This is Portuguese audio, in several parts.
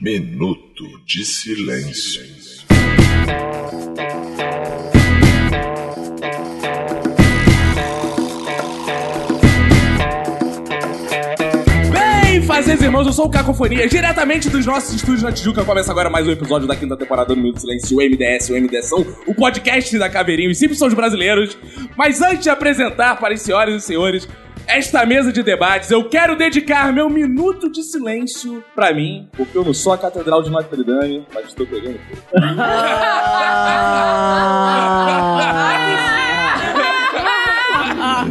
Minuto de Silêncio. Bem, fazeres irmãos, eu sou o Cacofonia, diretamente dos nossos estúdios na Tijuca. Começa agora mais um episódio da quinta temporada do Minuto do Silêncio, o MDS, o MDSão, o podcast da Caveirinha, os Simples são os brasileiros. Mas antes de apresentar para as senhoras e senhores esta mesa de debates, eu quero dedicar meu minuto de silêncio para mim, porque eu não sou a Catedral de Notre Dame, mas estou pegando fogo. Ah.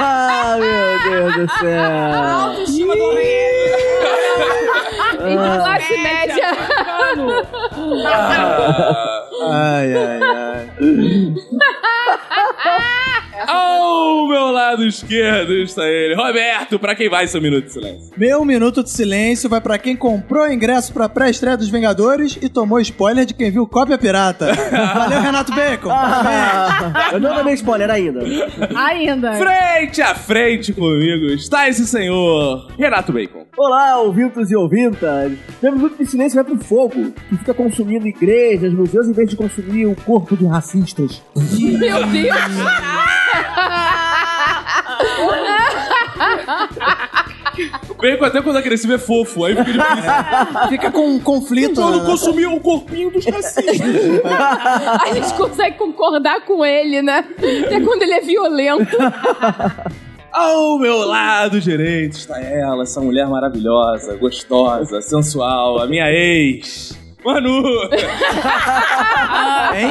Ah, meu Deus do céu! Classe média. Ai, ai, ai. Ao meu lado esquerdo está ele, Roberto, para quem vai seu minuto de silêncio? Meu minuto de silêncio vai pra quem comprou ingresso pra pré-estreia dos Vingadores e tomou spoiler de quem viu cópia pirata. Valeu, Renato Bacon! Ah. Eu não dei spoiler ainda. Ainda. Frente a frente comigo está esse senhor, Renato Bacon. Olá, ouvintos e ouvintas. Meu minuto de silêncio vai pro fogo, que fica consumindo igrejas, museus, em vez de consumir o corpo de racistas. Meu Deus. Bacon até quando é agressivo é fofo, aí fica difícil. Fica com um conflito. Então eu né? não consumi o corpinho dos racistas. A gente consegue concordar com ele, né? Até quando ele é violento. Ao meu lado direito está ela, essa mulher maravilhosa, gostosa, sensual, a minha ex. Manu! Hein?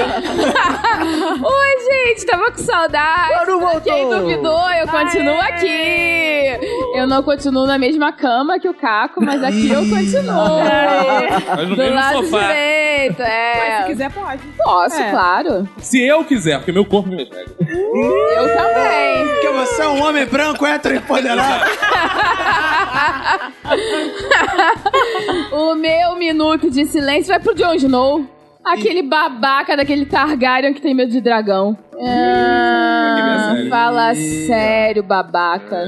Oi, gente. Tava com saudade. Manu Pra Quem voltou. duvidou, eu continuo aqui. Eu não continuo na mesma cama que o Caco, mas aqui eu continuo. Mas no Do mesmo lado sofá. direito, é. Se quiser, pode. Posso, É. claro. Se eu quiser, porque meu corpo me pega. Eu também. Porque você é um homem branco heteroempoderado. O meu minuto de silêncio vai pro Jon Snow. Aquele babaca daquele Targaryen que tem medo de dragão. Ah, sério. fala sério, babaca.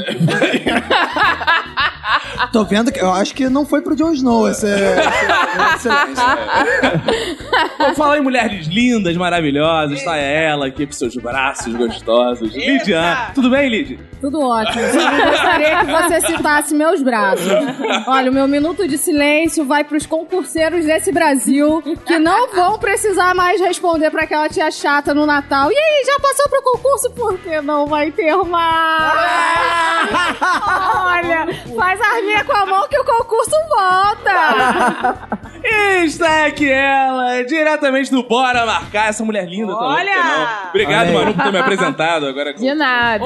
Tô vendo que. Eu acho que não foi pro Jon Snow esse. esse silêncio. Vou falar em mulheres lindas, maravilhosas, está ela aqui com seus braços gostosos. Lidiane. Tudo bem, Lid? Tudo ótimo. Eu gostaria que você citasse meus braços. Olha, o meu minuto de silêncio vai pros concurseiros desse Brasil que não vão precisar mais responder pra aquela tia chata no Natal. E aí, já passou pro concurso? Por que não vai ter mais? Olha, faz arminha com a mão que o concurso volta. Está aqui ela, diretamente do Bora Marcar, essa mulher linda também. Olha! por que não? Obrigado, Olha aí. Manu, por ter me apresentado. Agora De nada.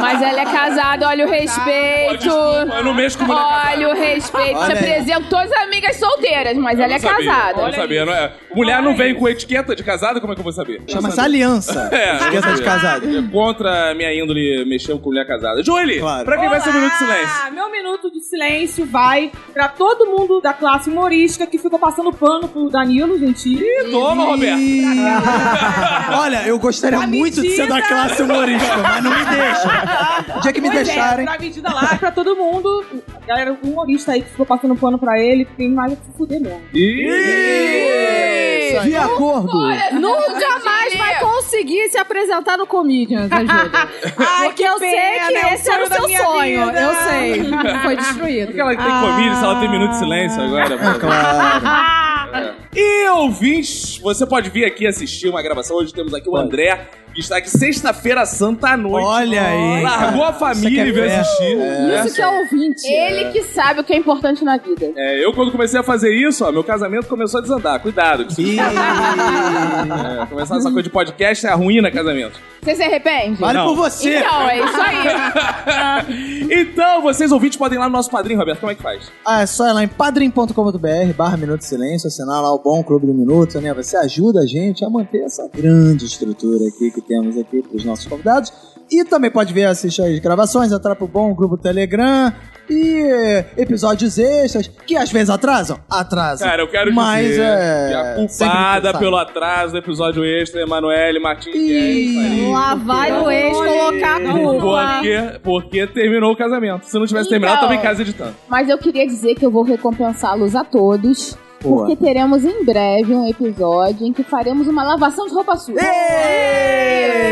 Mas ela é casada, olha o respeito. Desculpa, eu não mexo com mulher Olha o respeito. Te Olha aí. apresento todas as amigas solteiras, mas Eu ela não é sabia, eu casada. Não sabia, não é- Mulher não veio com etiqueta de casada, como é que eu vou saber? Chama-se aliança. É, eu Esqueça de sabia. casado. Contra a minha índole mexer com mulher casada. Julie, Claro. pra quem vai ser o Minuto de Silêncio? Ah, Meu minuto de silêncio vai pra todo mundo da classe humorística que ficou passando pano pro Danilo Gentili. Ih, Toma, Roberto. Ih. Olha, eu gostaria Tá muito de ser metida. da classe humorística, mas não me deixa. O dia que me Pois é, deixarem. Pra medida lá, pra todo mundo. Galera, o humorista aí que ficou passando pano pra ele, tem mais é que se fuder mesmo. Ih, De acordo. Nunca mais vai conseguir se apresentar no Comedians, ajuda. Ai, Porque eu sei é que esse era o seu sonho. Eu sei. Foi Por destruído. que ela tem comida se ela tem Minuto de Silêncio agora? pô? Ah. Claro. Ah, E ouvintes, você pode vir aqui assistir uma gravação. Hoje temos aqui o André, que está aqui sexta-feira santa à noite. Olha aí. Largou a família Isso e aqui é veio fé. assistir. Isso que é ouvinte. assim. Ele que sabe o que é importante na vida. É, eu quando comecei a fazer isso, ó, meu casamento começou a desandar. Cuidado. que isso- Ih. É, começar essa coisa de podcast é arruína casamento. Você se arrepende? Vale Não. por você. Então, é isso aí. então, vocês ouvintes podem ir lá no nosso padrinho, Roberto. Como é que faz? Ah, é só ir lá em padrim.com.br barra Minuto de Silêncio, assinar lá o Bom Clube do Minuto, né? Você ajuda a gente a manter essa grande estrutura aqui que temos aqui para os nossos convidados. E também pode ver assistir as gravações, entrar pro Bom Grupo Telegram, E é, episódios extras, que às vezes atrasam? Atrasam. Cara, eu quero Mas dizer é- que a sempre culpada necessário. pelo atraso do episódio extra é Emanuele Martins. é, Ih, Guedes Faria. Lá vai o ex colocar a culpa. Porque, porque terminou o casamento. Se não tivesse terminado, Então. tava em casa editando. Mas eu queria dizer que eu vou recompensá-los a todos. Boa. Porque teremos em breve um episódio em que faremos uma lavação de roupa suja.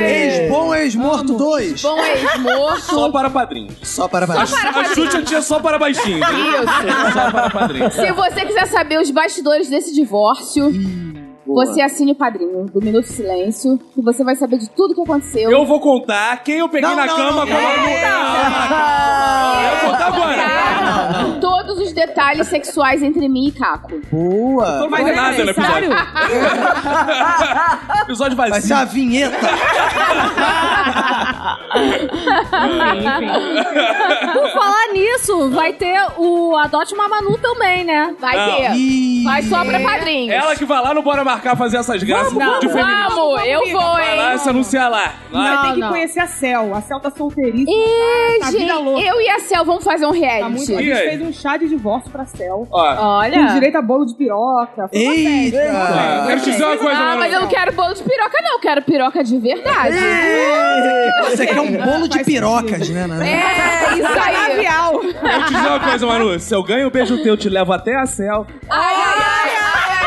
Ex-bom, ex-morto 2. Bom é Só ex-morto. para padrinhos. Então, Só para A, baixo. a chute eu tinha só para baixinhos. Isso. só para padrinhos. Se você quiser saber os bastidores desse divórcio, Boa. você assine o padrinho do Minuto Silêncio. Que você vai saber de tudo que aconteceu. Eu vou contar quem eu peguei Não, na não, cama não. com a mão no- Ah, Eu vou contar agora. Tá? Todos os detalhes sexuais entre mim e Caco. Não Boa. vai ter nada no episódio. episódio Vai ser vazio. a vinheta. Por falar nisso, vai ter o Adote Mamalu também, né? Vai Não. É. ter. Ih. Mas só pra padrinhos. Ah, Ela que vai lá no Bora Marcar fazer essas graças Não, de feminino. vamos, eu vou, Vai lá e hein? se anunciar lá. Vai. Mas Não, tem que não. conhecer a Cel. A Cel tá solteirista. Ih, Tá vida gente, louca. eu e a Cel vamos fazer um Tá muito... A E reality. gente aí? fez um chá de divórcio pra Cel. Ó, Olha. Com Um direito a bolo de piroca. Foi uma Eita. eu quero te dizer uma coisa, Ah, mas Manu. eu não quero bolo de piroca, não. Eu quero piroca de verdade. É. Você quer um bolo de Faz pirocas, né? né? É, isso aí. Canavial. Quero te dizer uma coisa, Manu. Se eu ganho o beijo teu, eu te levo até a céu. Ai, ai, ai, ai, ai.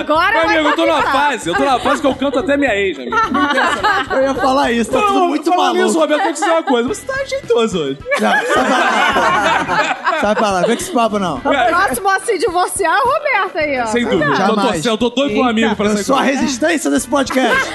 Agora Mas, vai amigo, eu tô numa tá. fase. Eu tô numa fase que eu canto até minha ex, amigo. Eu ia falar isso, tá tudo muito falando nisso, maluco. Roberto, eu tenho que dizer uma coisa. Você tá jeitoso hoje. Não, sai pra lá. Sai pra lá, vem com esse papo não. O próximo a se divorciar é o Roberto aí, ó. Sem dúvida. Eu tô, Tá Jamais. torcendo, eu tô doido pra um amigo pra Eu sair sou com a resistência desse podcast.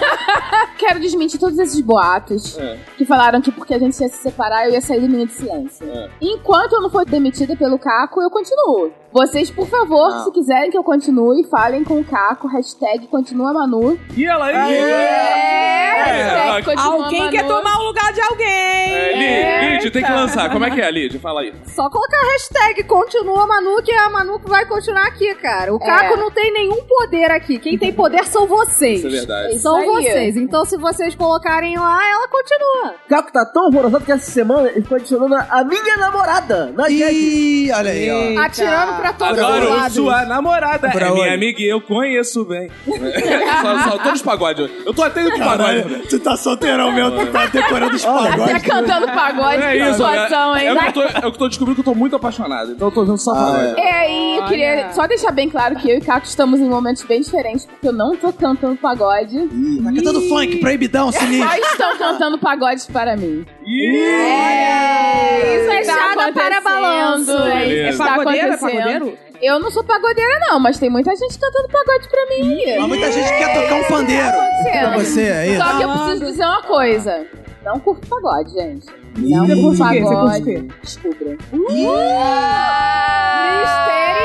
Quero desmentir todos esses boatos É. que falaram que porque a gente ia se separar, eu ia sair do Minuto de Silêncio. É. Enquanto eu não for demitida pelo Caco, eu continuo. Vocês, por favor, Não. se quiserem que eu continue, falem com o Caco. Hashtag continua Manu. E ela aí? É, hashtag continua Alguém Manu. quer tomar o lugar de alguém. É, Lid, Lid, tem que lançar. Como é que é, Lid? Fala aí. Só colocar a hashtag continua Manu, que a Manu que vai continuar aqui, cara. O É. Caco não tem nenhum poder aqui. Quem tem poder são vocês. Isso é verdade. Isso São aí. vocês. Então, se vocês colocarem lá, ela continua. O Caco tá tão horrorizado que essa semana ele ficou adicionando a minha namorada. Na Ih, olha aí, ó. Atirando pra todos os Adoro um. lados. sua namorada. Pra é onde? minha amiga e eu conheço bem. É, só, só tô nos pagodes hoje. Eu tô até indo pro pagode. Caralho, tu tá solteirão mesmo, tu tá decorando os Tá pagodes. cantando pagode, É que isso, situação, é, hein? é, o que eu tô, é o que eu tô descobrindo que eu tô muito apaixonado. Então eu tô vendo só Ah, pagode. É, e eu queria só deixar bem claro que eu e Caco estamos em momentos bem diferentes, porque eu não tô cantando pagode. Ih, Tá cantando funk, proibidão, Só sinistro. estão cantando pagodes para mim. Ih, É, isso é chata para balanço. É, isso Beleza. que está pagodeiro? É acontecendo. pagodeiro? Eu não sou pagodeira, não, mas tem muita gente cantando pagode pra mim. Mas muita gente quer tocar um pandeiro. Pra você, é isso? Só que eu preciso dizer uma coisa. Não curto pagode, gente. Não curto curte o quê? Você pagode. curte o Descubra.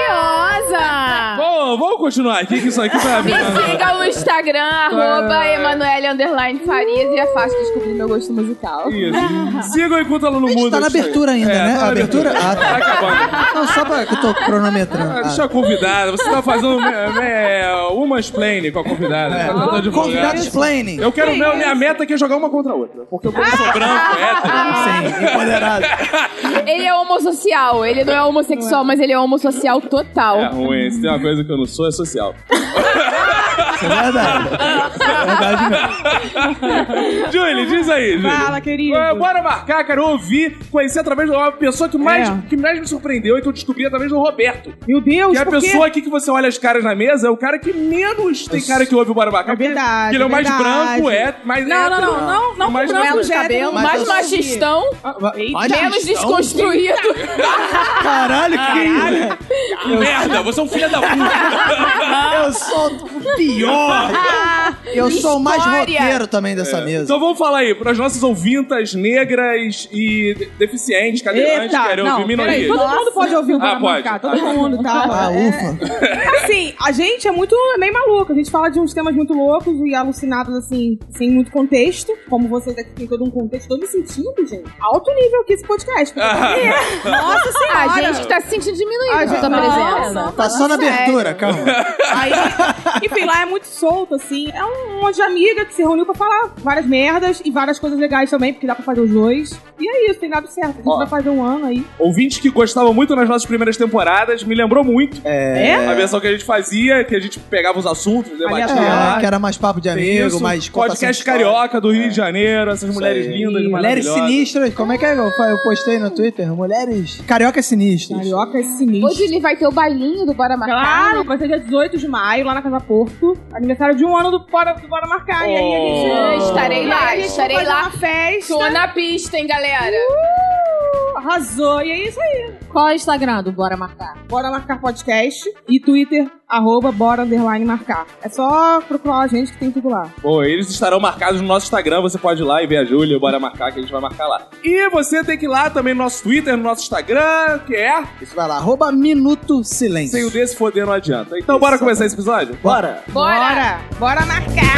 Misteriosa! Bom, vamos continuar aqui, que isso aqui tá Me siga no Instagram, Ah. arroba Emanuele underline Farias e é fácil descobrir meu gosto musical. Isso. Sigam enquanto ela não A gente muda. tá na isso aí. abertura ainda, É, né? tá na A abertura? Tá Ah, tá. acabando. Não, só pra que eu tô cronometrando. Ah, Ah, Deixa a convidada. Você tá fazendo é, é, uma explain com a convidada. É. Tá tentando divulgar. Ah. Convidado explaining. Eu quero meu, minha meta aqui é jogar uma contra a outra. Porque eu como sou branco, Ah! hétero. Sim, empoderado. Ele é homossocial, ele não é homossexual, mas ele é homossocial total. É ruim, se tem uma coisa que eu não sou, é social. Isso é verdade. Isso é verdade mesmo. Julie, diz aí, Julie. Fala, querido. É, Bora marcar, cara. Eu ouvi, conheci através de uma pessoa que mais, É. que mais me surpreendeu e que eu descobri através do Roberto. Meu Deus, Que é a por quê? pessoa aqui que você olha as caras na mesa é o cara que menos tem cara que ouve o Bora Marcar. É porque- verdade, Ah, porque Ele é o mais verdade. branco, é mais Não, não, hétero, não, não, não, e mais com branco, branco. Menos cabelo, Mas mais eu- machistão, Ah, Mas menos eles estão- desconstruído. Caralho, que Merda, você é um filho da puta. Eu sou o pior. Eu sou o mais História. roteiro também dessa mesa. então vamos falar aí, para as nossas ouvintas negras e de- deficientes, cadeirantes, que Eita, querem não, ouvir peraí, minorias. todo mundo pode ouvir o Bora Ah, pode. Marcar, todo mundo, Ah, tá? ufa. Assim, a gente é muito é meio maluco, a gente fala de uns temas muito loucos e alucinados, assim, sem muito contexto, como vocês aqui tem todo um contexto, tô me sentindo, gente, alto nível aqui esse podcast. porque Ah. tá é. Nossa senhora. A gente que tá se sentindo diminuído A com a gente- tá- tua Nossa. presença. Tá só na abertura, calma. Aí, enfim, lá é muito solto, assim. É um um monte de amiga que se reuniu pra falar várias merdas e várias coisas legais também, porque dá pra fazer os dois. E é isso, tem dado certo. A gente Ó. vai fazer um ano aí. Ouvinte que gostava muito nas nossas primeiras temporadas, me lembrou muito É? a versão que a gente fazia, que a gente pegava os assuntos, debatia Aleatório. lá. É, que era mais papo de amigo, Isso, mais contação de podcast história. carioca do Rio de Janeiro, essas mulheres aí. lindas, Mulheres maravilhosas. sinistras, como é que é? Eu eu postei no Twitter, mulheres cariocas sinistras. Carioca é sinistro. Hoje ele vai ter o bailinho do Bora Marcar. Claro, Ah, vai ser dia 18 de maio, lá na Casa Porto. Aniversário de um ano do Bora, do Bora Marcar. E aí a gente. Oh. Eu Ah, estarei E lá, aí a gente estarei vai fazer lá. Uma festa. Tô na pista, hein, galera? Uh, arrasou. E é isso aí. Qual é o Instagram do Bora Marcar? Bora Marcar Podcast. E Twitter, arroba Bora Underline Marcar. É só procurar a gente que tem tudo lá. Bom, eles estarão marcados no nosso Instagram. Você pode ir lá e ver a Júlia, bora marcar, que a gente vai marcar lá. E você tem que ir lá também no nosso Twitter, no nosso Instagram, que é. Isso, vai lá, arroba Minuto Silêncio. Sem o desse foder não adianta. Então, bora começar esse episódio? Bora! Bora! Bora, Bora marcar.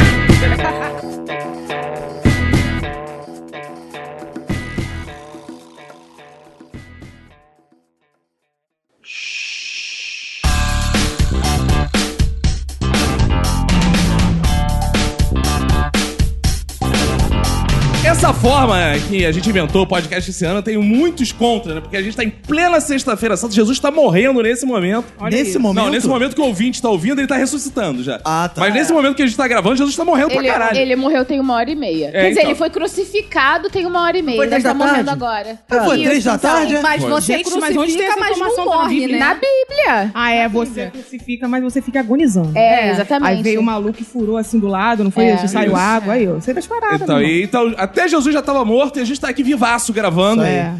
Essa forma que a gente inventou o podcast esse ano tem muitos contras, né? Porque a gente tá em plena sexta-feira santa. Jesus tá morrendo nesse momento. nesse isso. momento? Não, nesse momento que o ouvinte tá ouvindo, ele tá ressuscitando já. Ah, tá. Mas nesse momento que a gente tá gravando, Jesus tá morrendo Ele, é pra um- caralho. ele morreu tem uma hora e meia. Quer dizer, então. ele foi crucificado tem uma hora e meia. É, Foi ele três tá da morrendo tarde? agora. então, Ah, foi três da tarde, é? Mas Foi. você Gente, mas crucifica, onde mas, tem essa não informação da morre, Bíblia? né? Na Bíblia. Ah, é, você crucifica, mas você fica agonizando. É, exatamente. Aí veio o maluco e furou assim do lado, não foi É. isso? Saiu Isso. água, aí eu sei das um paradas. Então, meu irmão. e- então, até Jesus já tava morto e a gente tá aqui vivaço gravando. É.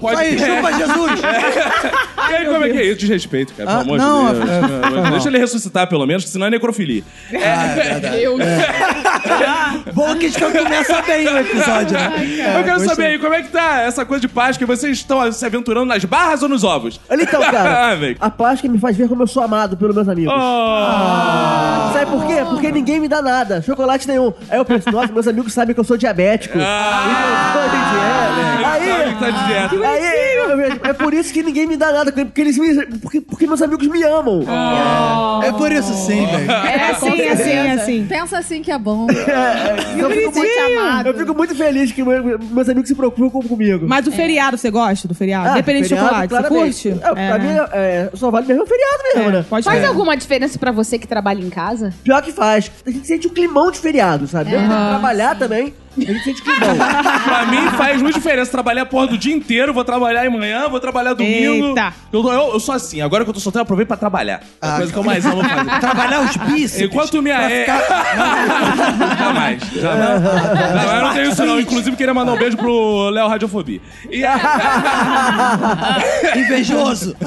Pode É, Aí, chupa Jesus! E aí, como é que é isso? Desrespeito, cara. Ah, pelo amor não, de Deus. é, Pelo amor de Deus. Deixa ele ressuscitar, pelo menos, que senão é necrofilia. Ah, é verdade. Deus. Bom que a gente começa bem o um episódio, né? É, Eu quero gostei. saber aí, como é que tá essa coisa de Páscoa? Vocês estão se aventurando nas barras ou nos ovos? Olha então, Ah, cara. velho. a plástica me faz ver como eu sou amado pelos meus amigos. Ah. Sabe por quê? Porque ninguém me dá nada, chocolate nenhum. Aí eu penso, nossa, meus amigos sabem que eu sou diabético. Ah. Ah. Aí- Ele sabe que tá de dieta. Aí, eu vejo, é por isso que ninguém me dá nada, porque eles me- porque, porque meus amigos me amam. Ah. É por isso sim, velho. É assim, é assim, é assim. Pensa assim que é bom. eu, fico muito, bonitinho. eu fico muito feliz que meu- meus amigos se preocupam comigo. Mas o feriado, você gosta do feriado? Ah, Dependente feriado, de chocolate, claramente. você curte? É. É, pra mim, é, só vale mesmo o feriado mesmo, né? Pode Faz ser. alguma diferença pra você que trabalha em casa? Pior que faz. A gente sente um climão de feriado, sabe? Eu tenho que trabalhar também, a gente sente climão. Pra mim faz muita diferença trabalhar a porra do dia inteiro, vou trabalhar amanhã, vou trabalhar domingo. Eita. Eu, eu, eu sou assim, agora que eu tô solteiro, eu aproveito pra trabalhar. É a Ah, coisa que eu mais amo fazer. Trabalhar os bíceps. Enquanto minha é. jamais, jamais. jamais. Eu não tenho isso, não. Inclusive, queria mandar um beijo pro Léo Radiofobia. E Invejoso.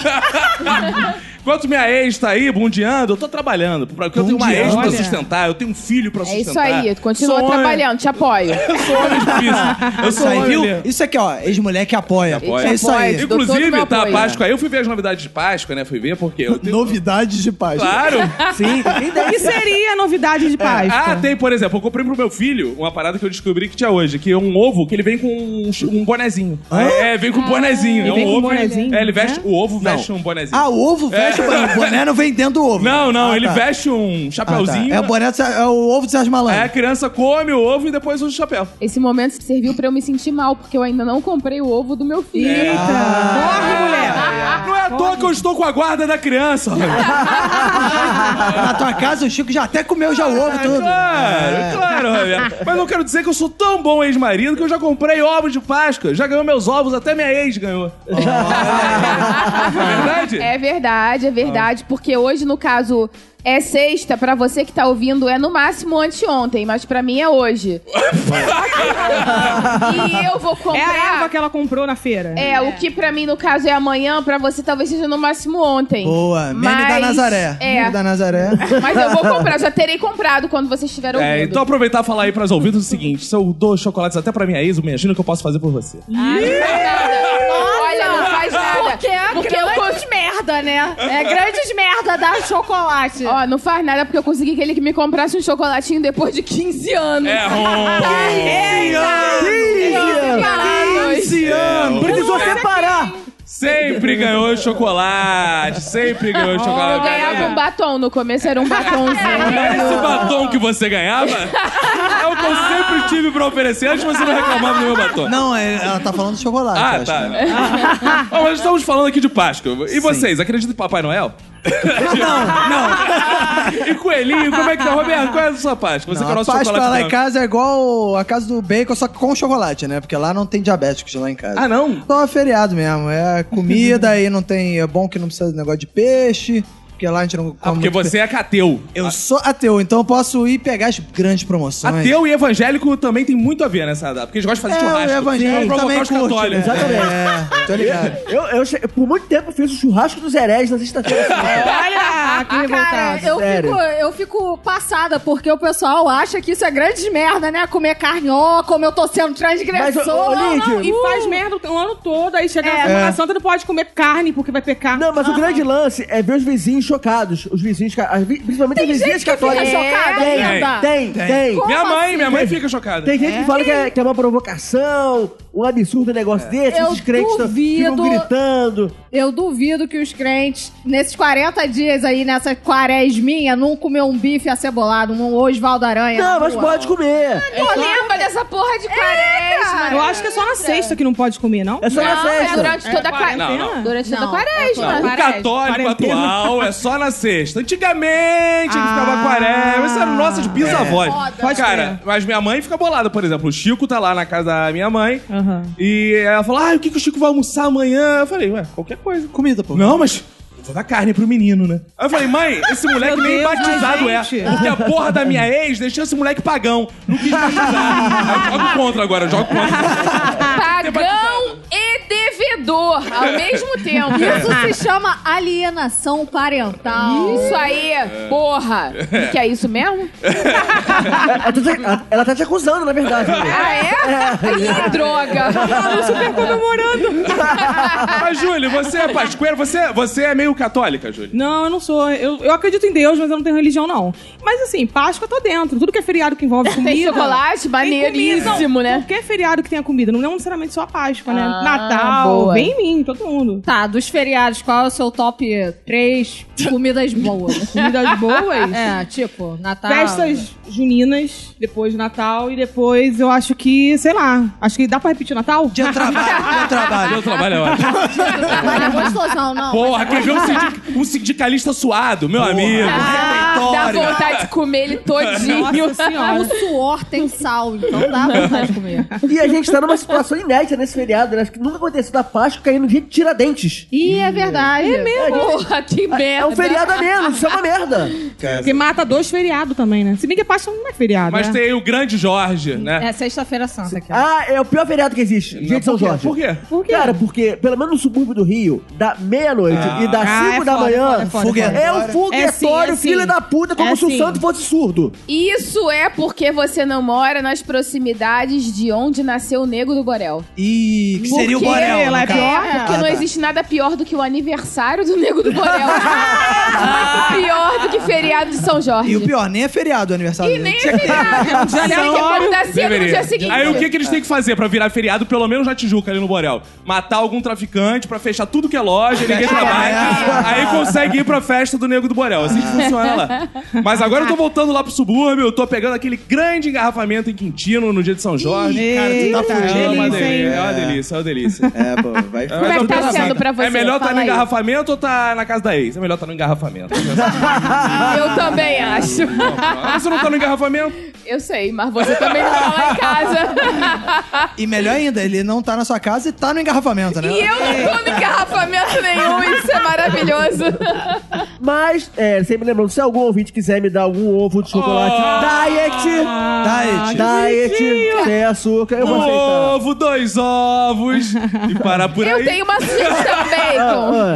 enquanto minha ex tá aí bundeando, eu tô trabalhando. Porque eu tenho uma ex pra Olha. sustentar, eu tenho um filho pra É isso sustentar. aí, continua Sou homem- trabalhando, te apoio. Eu sou homem difícil. Eu Isso sou aí, homem. viu? Isso aqui, ó, ex-mulher que apoia. Apoia. É isso aí. Dou todo o Inclusive, meu tá, apoio. Páscoa aí, eu fui ver as novidades de Páscoa, né? Fui ver porque eu tenho... Novidades de página. Claro! Sim, É. quem O que seria a novidade de Páscoa? Ah, tem, por exemplo, eu comprei pro meu filho uma parada que eu descobri que tinha hoje, que é um ovo que ele vem com um, ch- um bonezinho. É, vem com um bonezinho. é um vem com um ovo. bonezinho, É, ele veste, né? o ovo veste um bonezinho. Ah, o ovo veste É. o boné, não vem dentro do ovo. não, não, Ah, ele tá. veste um Ah, tá. chapéuzinho. É o boné, do Sérgio- é o ovo de Sérgio Aí a Malandro. criança come o ovo e depois usa o chapéu. Esse momento serviu pra eu me sentir mal, porque eu ainda não comprei o ovo do meu filho. É. Eita! Ah, Corre, mulher! Não é à toa que eu estou com a guarda da criança. Robert. Na tua casa, o Chico já até comeu já o ovo Ah, todo. Claro, claro, Roberto. Mas eu quero dizer que eu sou tão bom ex-marido que eu já comprei ovos de Páscoa. Já ganhou meus ovos, até minha ex ganhou. Não é verdade? É verdade, é Ah. verdade, porque hoje, no caso, é sexta, pra você que tá ouvindo, é no máximo anteontem, mas pra mim é hoje. e eu vou É a erva comprar. que ela comprou na feira. É, o que pra mim, no caso, é amanhã, pra você talvez seja no máximo ontem. Boa, meme Mas- da Nazaré. É, Meme da Nazaré. mas eu vou comprar, já terei comprado quando vocês estiverem ouvindo. É, então aproveitar e falar aí pras ouvintes o seguinte: se eu dou chocolates até pra minha ex, imagina o que eu posso fazer por você. Nada. Olha, não faz nada. Porque é Porque eu grandes merda, né? É grandes merda dar chocolate. Ó, não faz nada porque eu consegui que ele que me comprasse um chocolatinho depois de 15 anos. É, ruim. Eita! Eles separados. Precisou separar! Sempre ganhou chocolate. Sempre ganhou Eu chocolate. ganhava um batom. No começo era um batomzinho. Esse batom que você ganhava é o que eu sempre tive pra oferecer. Antes você não reclamava do meu batom. Não, é- ela tá falando de chocolate. eu Ah, acho, tá. né? Bom, mas estamos falando aqui de Páscoa. E vocês, acreditam em Papai Noel? Não, não. e Coelhinho, como é que tá, Roberto? Qual é a sua Páscoa? Você Não, quer o a nosso Páscoa chocolate lá em branco. casa é igual a casa do bacon, só que com chocolate, né? Porque lá não tem diabéticos lá em casa. Ah, não? Então é feriado mesmo. É comida aí não tem. É bom que não precisa de negócio de peixe. Porque lá a gente não come. Ah, porque muito peixe. você é cateu. Eu sou ateu, então eu posso ir pegar as grandes promoções. Ateu e evangélico também tem muito a ver nessa data, porque eles gostam de fazer É, o churrasco. evangélico Pra provocar também os curte, católicos. né? É, tô ligado. Eu, eu che- por muito tempo eu fiz o churrasco dos heréis na sexta-feira. Olha! Que Cara, eu sério. fico, eu fico passada, porque o pessoal acha que isso é grande merda, né? Comer carne, ó, como eu tô sendo Mas, ô, transgressor. ô, Lídio, E faz merda o ano todo, aí chega na Semana Santa não pode comer carne porque vai pecar. Não, mas o grande lance é ver os vizinhos chocados. Os vizinhos, ca- as vi- principalmente as vizinhas católicas. fica chocada né? tem, ainda. tem, tem, tem. Minha mãe, minha mãe Tem- fica chocada. gente que fala que é, que é uma provocação, um absurdo negócio É. desse, Eu esses crentes tão- duvido. ficam gritando. Eu duvido que os crentes, nesses 40 dias aí, nessa quaresminha, não comeu um bife acebolado, um Osvaldo Aranha. na Não, mas rua. pode comer. Pô, lembra dessa porra de quaresma? Eu acho que é só na sexta que não pode comer, não? É só na Não, é festa. durante toda a quaresma. Não, não. Durante toda a Não, é quaresma. O católico atual é só na sexta. Antigamente ele ficava Ah. quaresma. Essas eram nossas bisavós. Foda. Pode Cara, mas minha mãe fica bolada, por exemplo. O Chico tá lá na casa da minha mãe. Aham. E ela falou: Ah, o que, que o Chico vai almoçar amanhã? Eu falei, ué, qualquer coisa. Comida, pô. Não, mas. eu Vou dar carne pro menino, né? Aí eu falei, mãe, esse moleque Meu nem Deus, batizado é. mas, gente. Porque a porra da minha ex deixou esse moleque pagão. Não quis batizar. Eu jogo contra agora, eu jogo contra. Pagão e devedor ao mesmo tempo. Isso se chama alienação parental. Isso aí, porra. Que é isso mesmo? Ela tá te- Ela tá te acusando, na verdade. Ah, é? Ih, droga. super comemorando. Mas, Júlio, você é pascoeiro? Você, você é meio católica, Júlio? Não, eu não sou. Eu, eu acredito em Deus, mas eu não tenho religião, não. Mas assim, Páscoa eu tô dentro. Tudo que é feriado que envolve comida. Tem chocolate, tem comida. maneiríssimo, né? Qualquer feriado que tenha comida, não é necessariamente só a Páscoa, né? Ah, Natal, boa. vem em mim, todo mundo. Tá, dos feriados, qual é o seu top 3 comidas boas? Comidas boas. é, tipo, Natal. Festas juninas, depois Natal e depois eu acho que, sei lá, acho que dá pra repetir o Natal? Dia de trabalho, dia de trabalho. Meu trabalho é ótimo. Trabalho é gostoso, não, não. Porra, quer ver um, sindic- um sindicalista suado, meu amigo? Ah, dá vontade de comer ele todinho. Nossa senhora. O suor tem sal, então dá vontade de comer. E a gente tá numa situação inédita nesse feriado, né? Acho que nunca aconteceu da Páscoa cair no dia de Tiradentes. Ih, é verdade. É mesmo. Porra, que merda. É um feriado a menos, isso é uma merda. Porque mata dois feriados também, né? Se bem que a Páscoa não é feriado. Mas né? tem o grande Jorge, né? É sexta-feira santa aqui. Ah, é o pior feriado que existe. Dia de São Por quê? Jorge. Por quê? Por quê? Cara, porque pelo menos no subúrbio do Rio, da meia-noite e das Ah, 5 é da foda, manhã, é foda, é foda, é, é foda. um É sim, foguetório, é sim. filha da puta, como É se o sim. santo fosse surdo. Isso é porque você não mora nas proximidades de onde nasceu o Nego do Borel. E que seria o Porque Borel. né, ela é no caso. pior? É, Ah, tá. porque não existe nada pior do que o aniversário do Nego do Borel. Muito pior do que feriado de São Jorge. E o pior, nem é feriado o aniversário E dele. nem é feriado. É um dia Tem que acordar cedo no dia seguinte. Aí o que, que eles têm que fazer pra virar feriado, pelo menos na Tijuca, ali no Borel? Matar algum traficante pra fechar tudo que é loja, ninguém trabalha. Aí consegue ir pra festa do Nego do Borel. Assim que funciona lá. Mas agora eu tô voltando lá pro subúrbio, eu tô pegando aquele grande engarrafamento em Quintino no dia de São Jorge. Cara, tu tá Eita, É fugindo. uma delícia, hein? delícia, é uma delícia, é uma delícia. É, pô, vai É, Como é mas que eu tá tô sendo passando. pra você? É melhor estar Fala no aí. engarrafamento ou tá na casa da ex? É melhor estar no engarrafamento. Eu também acho. Ah, Você não tá no engarrafamento? Eu sei, mas você também não tá lá em casa. E melhor ainda, ele não tá na sua casa e tá no engarrafamento, né? E eu não tô no engarrafamento nenhum, isso é maravilhoso. Mas, é, sempre lembrando, se algum ouvinte quiser me dar algum ovo de chocolate Ah. Tá, Ed? diet, diet, sem açúcar, eu Oh. vou Um aceitar. ovo, dois ovos. E parar por aí. Eu tenho uma sugestão, Ah,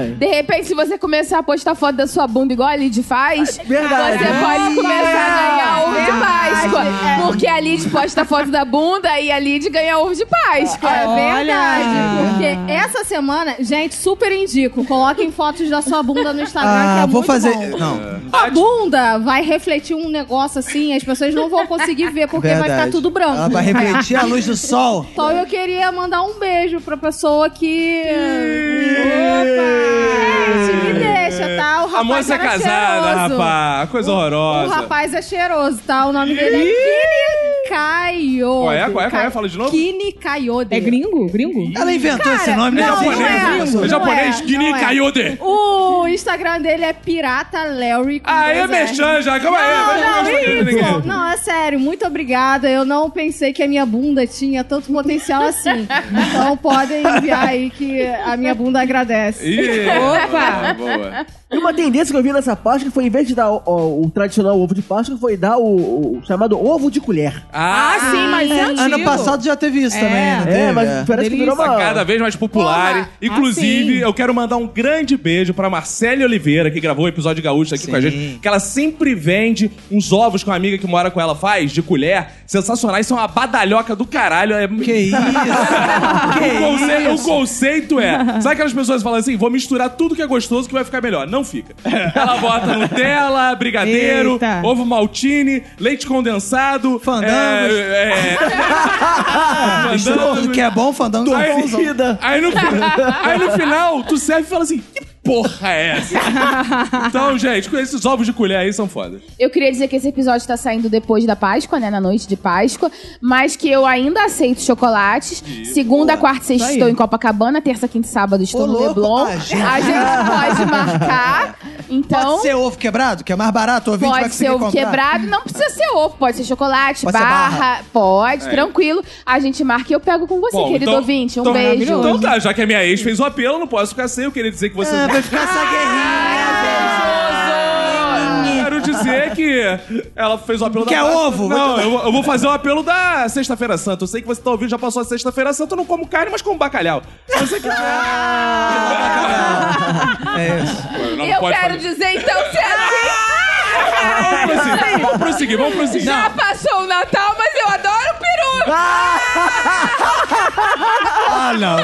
oi. Bacon. De repente, se você começar a postar foto da sua bunda igual a Lid faz, verdade. você pode começar a ganhar ovo de Páscoa. Porque a Lid posta foto da bunda e a Lid ganha ovo de Páscoa. É verdade, Olha. porque essa semana, gente, super indico. Coloquem fotos da sua bunda no Instagram, que Ah, é vou muito fazer. bom. Não. A bunda vai refletir um negócio assim, as pessoas não vão conseguir ver porque vai verdade. Ah. ficar tudo branco. Ela vai refletir a luz do sol. Então eu queria mandar um beijo pra pessoa que. Gente, me deixa, tá? O rapaz A moça é era casada, cheiroso. rapaz. Coisa O horrorosa. rapaz é cheiroso, tá? O nome dele é Kini Kayode. Qual é? Qual é? Qual é? Fala de novo. Kini Kayode. É gringo? Gringo? Ela inventou esse nome, É né? não, Sim, japonês. é, né? não é japonês. é, Guinea não é. Coyote. O Instagram dele é Pirata Larry. com Ah, Aí é dois Rs. merchan já. Calma aí. vai jogar Não, mais pra ninguém. não, não, é sério, muito obrigada. Eu não pensei que a minha bunda tinha tanto potencial assim. Então podem enviar aí que a minha bunda agradece. Ih, É, Opa! boa, boa. E uma tendência que eu vi nessa Páscoa foi, em vez de dar o, o- o tradicional ovo de Páscoa, foi dar o, o chamado ovo de colher. Ah, Ah, sim, mas é antigo. Ano passado já teve isso É. também, não É, teve? mas parece que virou Delícia. uma... cada vez mais popular. Porra, Inclusive, assim. eu quero mandar um grande beijo pra Marcele Oliveira, que gravou o episódio gaúcho aqui Sim. com a gente. Que ela sempre vende uns ovos que uma amiga que mora com ela faz, de colher. Sensacionais, são uma badalhoca do caralho. É... Que isso? o, conceito, o que isso? conceito é. Sabe aquelas pessoas que falam assim? Vou misturar tudo que é gostoso que vai ficar melhor. Não fica. Ela bota Nutella, brigadeiro, Eita. ovo maltine, leite condensado. Fandangos. É, é... Misturou O que é bom, fandango com Aí- bonzão. Aí no, aí no final, tu serve e fala assim, que porra é essa? então, gente, com esses ovos de colher aí são foda. Eu queria dizer que esse episódio tá saindo depois da Páscoa, né? Na noite de Páscoa. Mas que eu ainda aceito chocolates. Segunda, quarta e sexta Isso aí. estou em Copacabana. Terça, quinta e sábado estou Tá Ô, no louco. Leblon. Ah, gente. A gente pode marcar. Então, Pode ser ovo quebrado, que é mais barato, o ouvinte vai pode conseguir ser ovo comprar. quebrado. Não precisa ser ovo. Pode ser chocolate, Pode ser barra, barra. Pode, tranquilo. A gente marca e eu pego com você, É. Bom, querido então- ouvinte. Um então- beijo. Então tá, já que a minha ex fez o apelo, não posso ficar sem. Eu queria dizer que vocês... Ah, vai ficar essa guerrinha. Quero dizer que ela fez o apelo Quer da. Páscoa. ovo? Não, eu, vou- eu vou fazer o apelo da Sexta-feira Santa. Eu sei que você tá ouvindo, já passou a Sexta-feira Santa, eu não como carne, mas como bacalhau. Se você quiser. Ah, É isso. tá, Não, Eu pode quero fazer. dizer, então, se é Vamos é prosseguir, vamos prosseguir, vamos prosseguir. Já passou o Natal, mas eu adoro peru! Ah, não.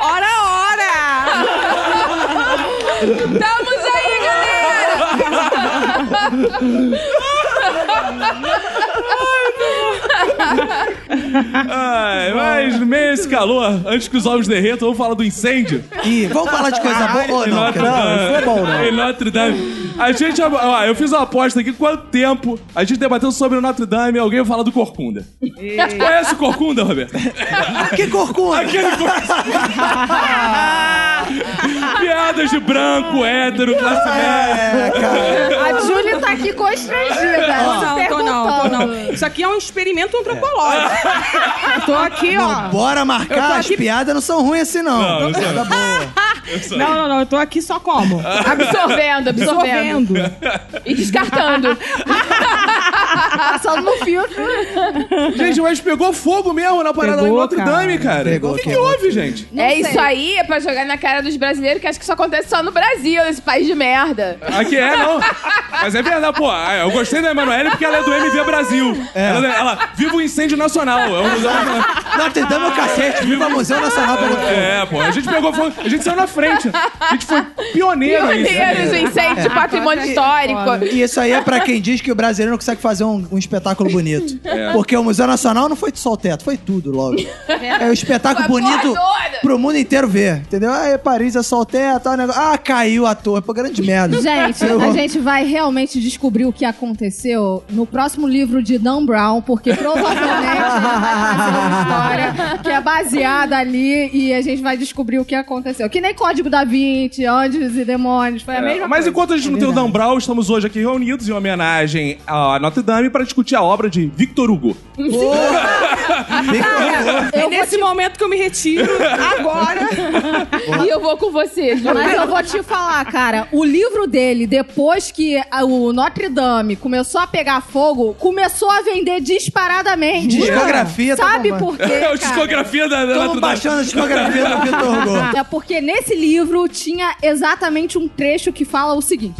Ora, ora! Estamos aí, galera! Ai, mas no meio desse calor, antes que os ovos derretam, vamos falar do incêndio E vamos falar de coisa boa ou em não? Notre quer dizer? Dame. isso é bom, não. Em Notre Dame. A gente, ó, eu fiz uma aposta aqui, quanto tempo a gente debateu sobre o Notre Dame e alguém fala do Corcunda. Tu conhece o Corcunda, Roberto? Que corcunda! Aquele Corcunda. Piadas de branco, hétero, classe média. É, cara. A Julie tá aqui constrangida. ela se Não, tô não, tô perguntando. não. Isso aqui é um experimento antropológico. tô aqui, ó. Bora Eu tô marcar, as aqui- piadas não são ruins assim, não. Não, não são. Tá boa. Não, não, não, eu tô aqui só como? Absorvendo, absorvendo. Absorvendo. E descartando. É Passando no filtro. Gente, mas pegou fogo mesmo na parada lá em Pegou, Notre cara. Dame, cara. Pegou, o que, que pegou. houve, gente? Não é sei. isso aí, é pra jogar na cara dos brasileiros, que acho que isso acontece só no Brasil, esse país de merda. Aqui é, não. Mas é verdade, pô. Eu gostei da Emanuele porque ela é do MV Brasil. Ela, ela vive o incêndio nacional. É, um museu nacional. Notre Dame é o cacete, viva o Museu Nacional pelo fogo. É, pô. A gente pegou fogo. A gente saiu na frente. A gente foi pioneiro nisso. Pioneiros É. do incêndio de patrimônio histórico. E isso aí é pra quem diz que o brasileiro não consegue fazer um, um espetáculo bonito. É. Porque o Museu Nacional não foi só o teto, foi tudo logo. É um espetáculo Foi a porra bonito toda. pro mundo inteiro ver, entendeu? Ah, é Paris é só o teto, ah, o negócio... ah caiu a torre, pô, grande merda. Gente, a gente vai realmente descobrir o que aconteceu no próximo livro de Dan Brown, porque provavelmente ele vai fazer uma história que é baseada ali e a gente vai descobrir o que aconteceu. Que nem Código da Vinci, Anjos e Demônios, foi a mesma Mas coisa. enquanto a gente não tem o Dan Brown, estamos hoje aqui reunidos em homenagem à Notre Dame para discutir a obra de Victor Hugo. É nesse momento que eu me retiro, agora. E eu vou com vocês. Mas eu vou te falar, cara, o livro dele, depois que a- o Notre Dame começou a pegar fogo, começou a vender disparadamente. Discografia tá Sabe bombando. por quê? É cara? a discografia da, Então da Estamos Notre Dame. baixando a discografia do Vitor Hugo. É porque nesse livro tinha exatamente um trecho que fala o seguinte: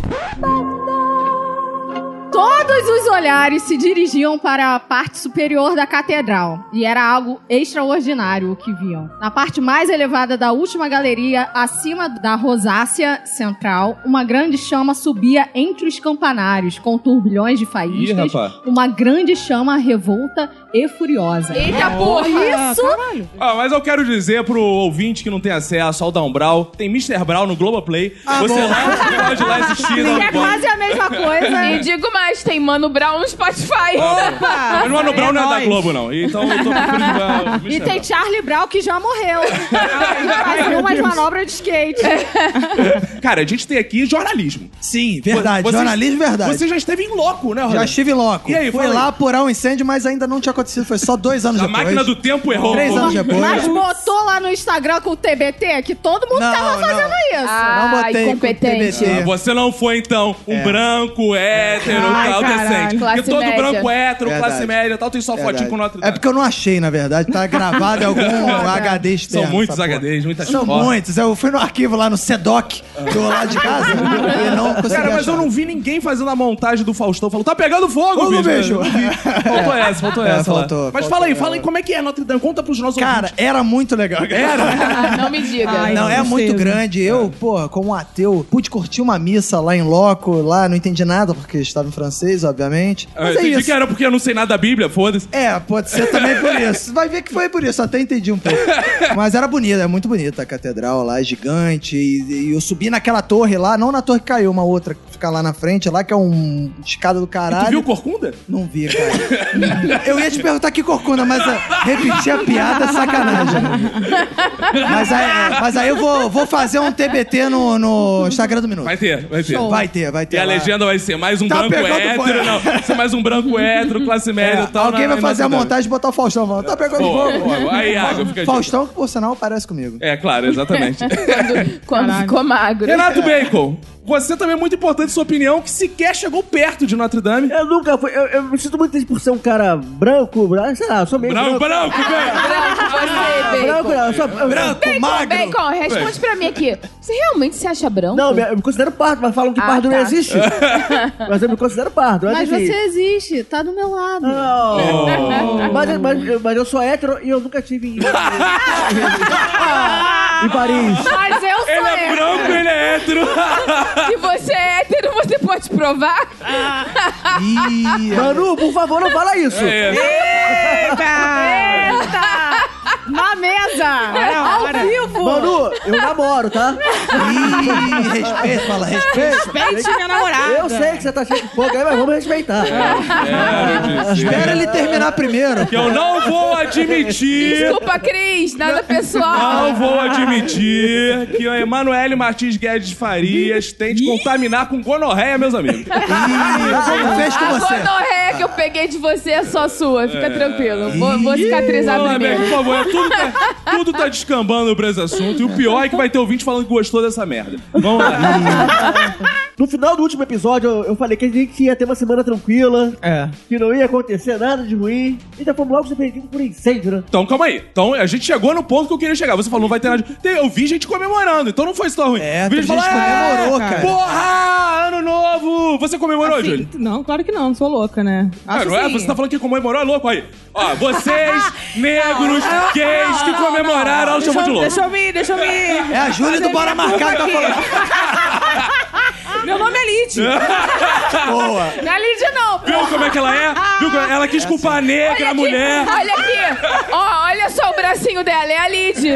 Todos os olhares se dirigiam para a parte superior da catedral, e era algo extraordinário o que viam. Na parte mais elevada da última galeria, acima da rosácea central, uma grande chama subia entre os campanários, com turbilhões de Ih, faíscas, rapaz. uma grande chama revolta e furiosa. Eita Por porra! isso, Ah, mas eu quero dizer pro ouvinte que não tem acesso ao Down Brown, tem Mr. Brown no Globoplay. Ah, você bom. lá pode lá assistir. tá é quase a mesma coisa. E digo mais, tem Mano Brown no Spotify. Mas o Mano Brown não é da nóis. Globo, não. Então eu tô preferindo, E tem Charlie Brown que já morreu. Fazia umas manobras de skate. Cara, a gente tem aqui jornalismo. Sim, verdade. Você- Jornalismo, verdade. Você já esteve em louco, né, Roberto? Já estive louco. E aí, Fui fala lá aí. apurar um incêndio, mas ainda não tinha acontecido. Foi só dois anos A depois. É máquina do tempo errou. Três anos depois. Mas botou lá no Instagram com o TBT que todo mundo Não, tava fazendo não. isso. Ah, não botei com incompetente. TBT. Ah, Você não foi, então, um É. branco, hétero, Ai, tal, caralho. decente. Porque Classe todo média. branco, é hétero, Verdade. classe média, tal, tem só fotinho com Notre É Dame. porque eu não achei, na verdade. Tá gravado em algum HD São externo. muitos essa porra. HDs, muitas São fotos. muitos. Eu fui no arquivo lá no SEDOC, do lado de casa, e não consegui Cara, mas achar. eu não vi ninguém fazendo a montagem do Faustão. Falou, tá pegando fogo, Fogo, bicho. bicho. Faltou essa, faltou É, essa. lá. faltou, Mas faltou fala aí, fala aí como é que é Notre Dame. Conta pros nossos Cara, é, era muito legal. É? Era? Ah, não me diga. Não, é muito grande. Eu, porra, como um ateu, pude curtir uma missa lá em loco, lá, não entendi nada, porque estava em francês, obviamente. Ah, Mas é entendi isso. que era porque eu não sei nada da Bíblia, foda-se. É, pode ser também por isso. Vai ver que foi por isso, até entendi um pouco. Mas era bonita, é muito bonita a catedral lá, é gigante. E, e eu subi naquela torre lá, não na torre que caiu, uma outra que fica lá na frente, lá que é um escada do Tu viu caralho. o Corcunda? Não vi, cara. Eu ia te perguntar que corcunda, mas é, repetir a piada é sacanagem. Mas aí, mas aí eu vou, vou fazer um TBT no, no Instagram do Minuto. Vai ter, vai ter. Vai ter, vai ter. E a lá. legenda vai ser mais um Tá branco pegando hétero, fogo. não. Vai ser mais um branco hétero, classe média É, e tal. alguém tá na- vai na fazer a Notre Dame. montagem e botar o Faustão falando, tá pegando Boa, fogo. boa, boa. Aí, Iago, fica a dica. Faustão, que por sinal parece comigo. É, claro, exatamente. Quando, quando ficou magro. Renato Bacon, você também é muito importante sua opinião, que sequer chegou perto de Notre Dame. Eu nunca fui. Eu, eu me sinto muito triste por ser um cara branco, branco, sei lá, eu sou meio. Branco, branco, velho! ah, Você, Branco, Bacon. não, eu sou. eu- Branco, Bacon, magro. Bacon, responde pra mim aqui. Você realmente se acha branco? Não, eu me considero pardo, mas falam que Ah, pardo tá. não existe. mas eu me considero pardo. Mas enfim. você existe, tá do meu lado. Ah. Não. Mas, mas- mas eu sou hétero e eu nunca tive em, em Paris. Mas eu sou Ele é hétero. branco, ele é hétero. Se você é hétero, você pode provar? Ih, Manu, por favor, não fala isso. É, Na É mesa! Ao vivo! Manu, eu namoro, tá? ih, respeito, fala, respeito. Pente minha namorada. Eu sei que você tá cheio de fogo aí, mas vamos respeitar. é, eu disse. Espera ele terminar primeiro. Que eu não vou admitir. Desculpa, Cris, nada pessoal. Não vou admitir que o Emanuele Martins Guedes Farias tem de contaminar com gonorreia, meus amigos. Ih, eu sou um fez com A você. gonorreia que eu peguei de você é só sua, fica tranquilo. Vou, vou cicatrizar Fala, Beck, primeiro. por favor, é tudo, tá, tudo tá descambando sobre esse assunto. E o pior é que vai ter ouvinte falando que gostou dessa merda. Vamos lá. No final do último episódio, eu, eu falei que a gente ia ter uma semana tranquila, É. que não ia acontecer nada de ruim. E já fomos logo surpreendidos por incêndio, né? Então, calma aí. Então, a gente chegou no ponto que eu queria chegar. Você falou, não vai ter nada. de- Tem- Eu vi gente comemorando, então não foi só ruim. É, vi tem gente falando, "É, comemorou, cara." Porra! Ano novo! Você comemorou, Assim, Júlio? não, claro que não, não sou louca, né? Ah, Acho não é? assim, Você tá falando que comemorou é louco aí. Ó, vocês, negros, gays que comemoraram, ela chamou Deixa de eu, louco. deixa eu vir, deixa eu vir. É a Júlia do Bora Marcar que tá falando. Meu nome é Lid. Boa. Não é Lídia, não. Viu como é que ela é? Viu como- Ela quis culpar a negra, a aqui, mulher. Olha aqui. Ó, olha só o bracinho dela, é a Lid.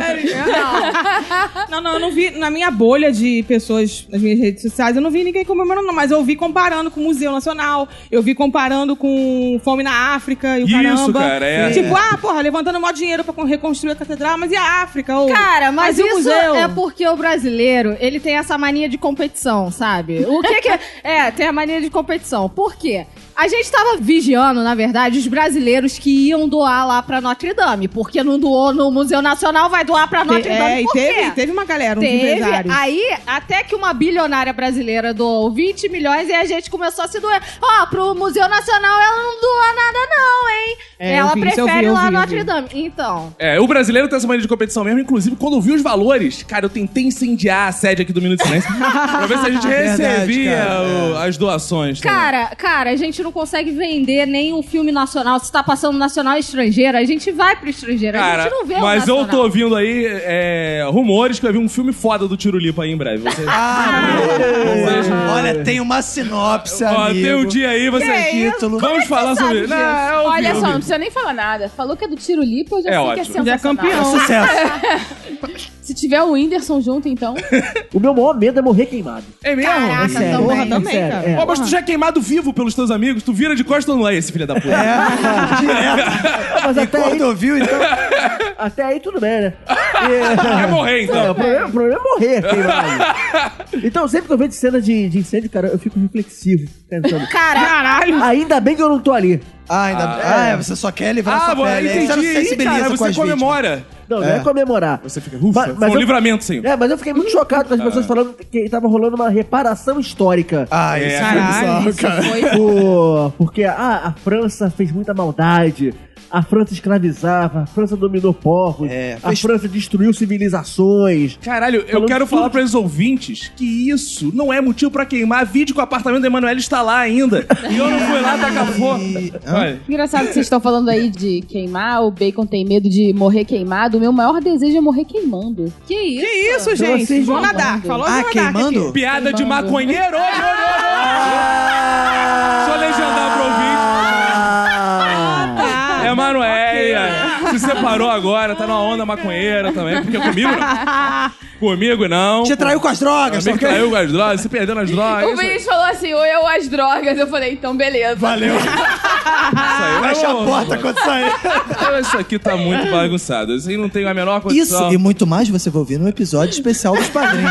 Não, não, eu não vi na minha bolha de pessoas nas minhas redes sociais, eu não vi ninguém comemorando, não, mas eu vi comparando com o Museu Nacional, eu vi comparando com fome na África e o Isso, caramba. cara, é. Tipo, ah, porra, levantando mó dinheiro pra reconstruir a catedral, mas e a África? Ô? Cara, mas, e o isso museu? é porque o brasileiro, ele tem essa mania de competição, sabe? O que que é? É, tem a mania de competição. Por quê? A gente tava vigiando, na verdade, os brasileiros que iam doar lá pra Notre Dame. Porque não doou no Museu Nacional, vai doar pra Notre Dame. É, e por quê? teve, teve uma galera, uns Teve. empresários. Aí, até que uma bilionária brasileira doou 20 milhões e a gente começou a se doer. Ó, pro Museu Nacional ela não doa nada, não, hein? É, eu ela vi, isso eu prefere vi, eu lá vi, eu Notre vi. Dame. Então. É, o brasileiro tem essa mania de competição mesmo. Inclusive, quando eu vi os valores, cara, eu tentei incendiar a sede aqui do Minuto de Silêncio pra ver se a gente É Verdade, recebia cara, o- as doações. também. Cara, cara, a gente não consegue vender nem o filme nacional. Se tá passando nacional e estrangeiro, a gente vai pro estrangeiro. a gente não vê o mas eu tô nacional. ouvindo aí é, rumores que vai vir um filme foda do Tirulipa aí em breve. Você... Ah, boa. Olha, tem uma sinopse, Ó, amigo. tem um dia aí, você. título. Vamos falar sobre Sabe Não, é disso. o Olha filme. só, não precisa nem falar nada. Falou que é do tiro lipa, eu já É sei que é ótimo. sensacional. Já é campeão. um Sucesso. Se tiver o Whindersson junto, então. O meu maior medo é morrer queimado. É mesmo? Caraca, Sério. também. Porra, também, Sério, cara. é. Ó, mas tu já é queimado vivo pelos teus amigos, tu vira de costas ou não é esse filho da puta? Ah, Mas E até aí, quando ouviu, então. até aí tudo bem, né? Quer morrer, É, o, então. problema, o problema é morrer queimado. Então, sempre que eu vejo cena de, de incêndio, cara, eu fico reflexivo, pensando. Caralho! Ainda bem que eu não tô ali. Ah, ainda... ah, é, você só quer livrar Ah, sua bom, pele. é entendi. Você não Ih, sensibiliza cara, com você as comemora. Não, não é comemorar. Você fica, ufa, Mas- mas foi um eu- livramento, senhor. É, mas eu fiquei muito chocado com as pessoas falando que tava rolando uma reparação histórica. Ah, isso é Caralho, bizarro, um cara. Pô, porque ah, a França fez muita maldade. A França escravizava, a França dominou povos, É, a fez- França destruiu civilizações. Caralho, eu Falando quero tudo. falar para os ouvintes que isso não é motivo pra queimar. Vídeo que o apartamento do Emanuel está lá ainda. E eu não fui lá tacar fogo. Olha, Engraçado que vocês estão falando aí de queimar, o bacon tem medo de morrer queimado. O meu maior desejo é morrer queimando. Que isso? Que Então isso, gente? assim, vocês Joana vão- Dark. Falou Ah, Joana queimando? Dark Piada de Queimando. maconheiro. Ô, ô, ô, Ah! ô. Só legendar pro ouvinte. Ah, aqui. Ah, Emanuel se separou agora, tá numa onda maconheira também. Porque comigo não. Comigo não. Te traiu com as drogas, Também ok? traiu com as drogas, se perdeu nas drogas. o isso aí. Vinícius falou assim: ou eu as drogas. Eu falei, então beleza. Valeu. Isso aí, Fecha a vamos- porta quando sair. Eu- Isso aqui tá muito bagunçado. Isso aí não tem a menor Isso condição. e muito mais você vai ouvir no episódio especial dos padrinhos.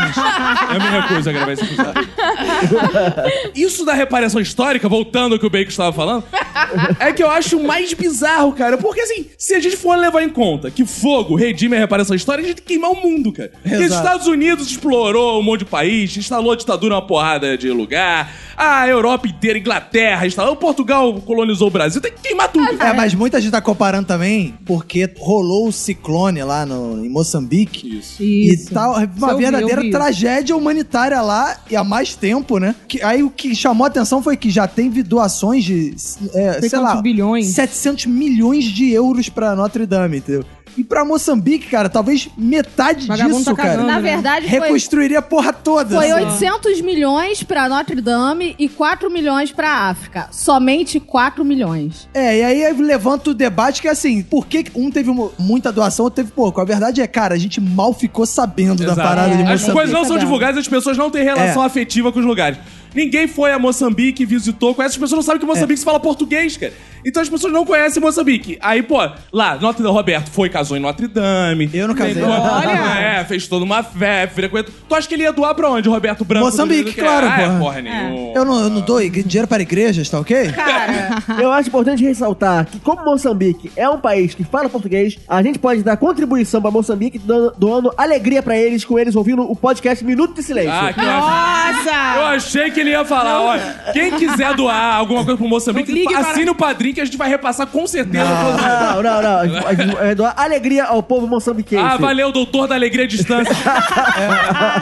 Eu me recuso É a gravar esse episódio. Isso da reparação histórica, voltando ao que o Bacon estava falando, é que eu acho mais bizarro, cara. Porque assim, se a gente for levar em conta que fogo redime a reparação histórica, a gente tem que queimar o mundo, cara. Porque os Exato. Estados Unidos explorou um monte de país, instalou a ditadura em uma porrada de lugar, a Europa inteira, Inglaterra, instalou, Portugal colonizou o Brasil, tem que queimar tudo. É, mas muita gente tá comparando também porque rolou o ciclone lá no, em Moçambique. Isso. E tal, é uma eu vi, verdadeira eu vi. tragédia humanitária lá, e há mais tempo, né? Que, aí o que chamou a atenção foi que já teve doações de, é, Sei sei quantos lá, bilhões. 700 milhões de euros pra Notre Dame, entendeu? E pra Moçambique, cara, talvez metade Vagabundo disso, tá cara, cagando. Na verdade, foi, reconstruiria a porra toda. foi assim. 800 milhões pra Notre Dame e 4 milhões pra África. Somente 4 milhões. É, e aí levanta o debate que é assim, por que um teve mu- muita doação, outro teve pouco? A verdade é, cara, a gente mal ficou sabendo da parada de É, As Moçambique. É. coisas não são um. Sabendo. divulgadas, as pessoas não têm relação afetiva com os lugares. Ninguém foi a Moçambique, visitou, conhece, as pessoas não sabem que Moçambique É. se fala português, cara. Então as pessoas não conhecem Moçambique. Aí, pô, lá, Notre Roberto foi, casou em Notre Dame. Eu não casei. Olha! É, fez toda uma fé, frequentou. Tu acha que ele ia doar pra onde, Roberto Branco? Moçambique, Do que- claro, ah, é, porra. porra nenhuma. Eu não, eu não dou igre- dinheiro para igrejas, tá ok? eu acho importante ressaltar que, como Moçambique é um país que fala português, a gente pode dar contribuição pra Moçambique doando, doando alegria pra eles com eles ouvindo o podcast Minuto de Silêncio. Ah, que eu achei- eu Nossa! achei que ele ia falar, olha, quem quiser doar alguma coisa pro Moçambique, Ligue para- assine o padrinho que a gente vai repassar com certeza. todos os- Não, não, não. A gente- a gente vai doar alegria ao povo moçambiquense. Ah, valeu, doutor da alegria à distância.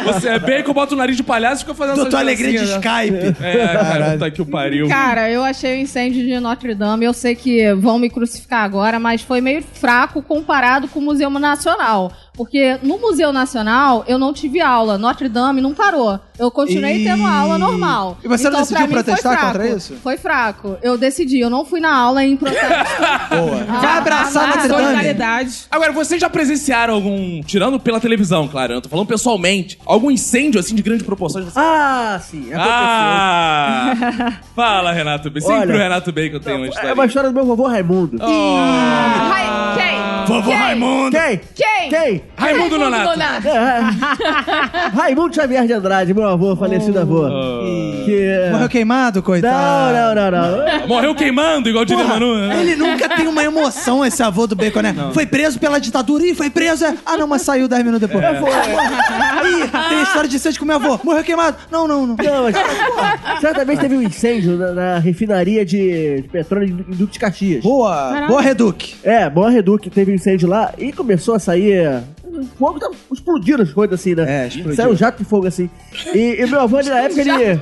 Você é bacon, bota o nariz de palhaço e fica fazendo Doutor essas Alegria de dancinhas, né? Skype. É, cara, puta que o pariu. Cara, eu achei o incêndio de Notre Dame. Eu sei que vão me crucificar agora, mas foi meio fraco comparado com o Museu Nacional. Porque no Museu Nacional eu não tive aula. Notre Dame não parou. Eu continuei E- tendo aula normal. E você não Então, pra decidiu mim, foi protestar fraco. contra isso? Foi fraco. Eu decidi. Eu não fui na aula em protesto. Boa. Ah, Vai abraçar Notre Dame. Solidariedade. Agora, vocês já presenciaram algum. Tirando pela televisão, claro, eu tô falando pessoalmente. Algum incêndio assim de grande proporção? Você... Ah, sim. Aconteceu. Ah! Fala, Renato Bacon. Sempre Olha, o Renato Bacon tem uma é história. uma história do meu vovô Raimundo. Ah. Ai, Vovô Raimundo. Quem? Quem? Quem? Quem? Raimundo Nonato. Donato. É. Raimundo Xavier de Andrade, meu avô, falecido avô. Oh. porque... Morreu queimado, Não, coitado. não, não, não. Morreu queimando, igual diria Manu. né? Ele nunca tem uma emoção, esse avô do bacon, né? Foi preso pela ditadura e foi preso. é. Ah, não, mas saiu 10 minutos depois. É, Aí, tem a história de Santos com meu avô. Morreu queimado. Não, não, não. Não, mas... Certa vez teve um incêndio na, na refinaria de, de petróleo em Duque de Caxias. Boa, boa Reduc. É, Boa Reduc teve um incêndio lá e começou a sair. O fogo tá explodindo as coisas assim, né? É, explodiu. Saiu um jato de fogo assim. E, e meu avô, ele, na época, ele.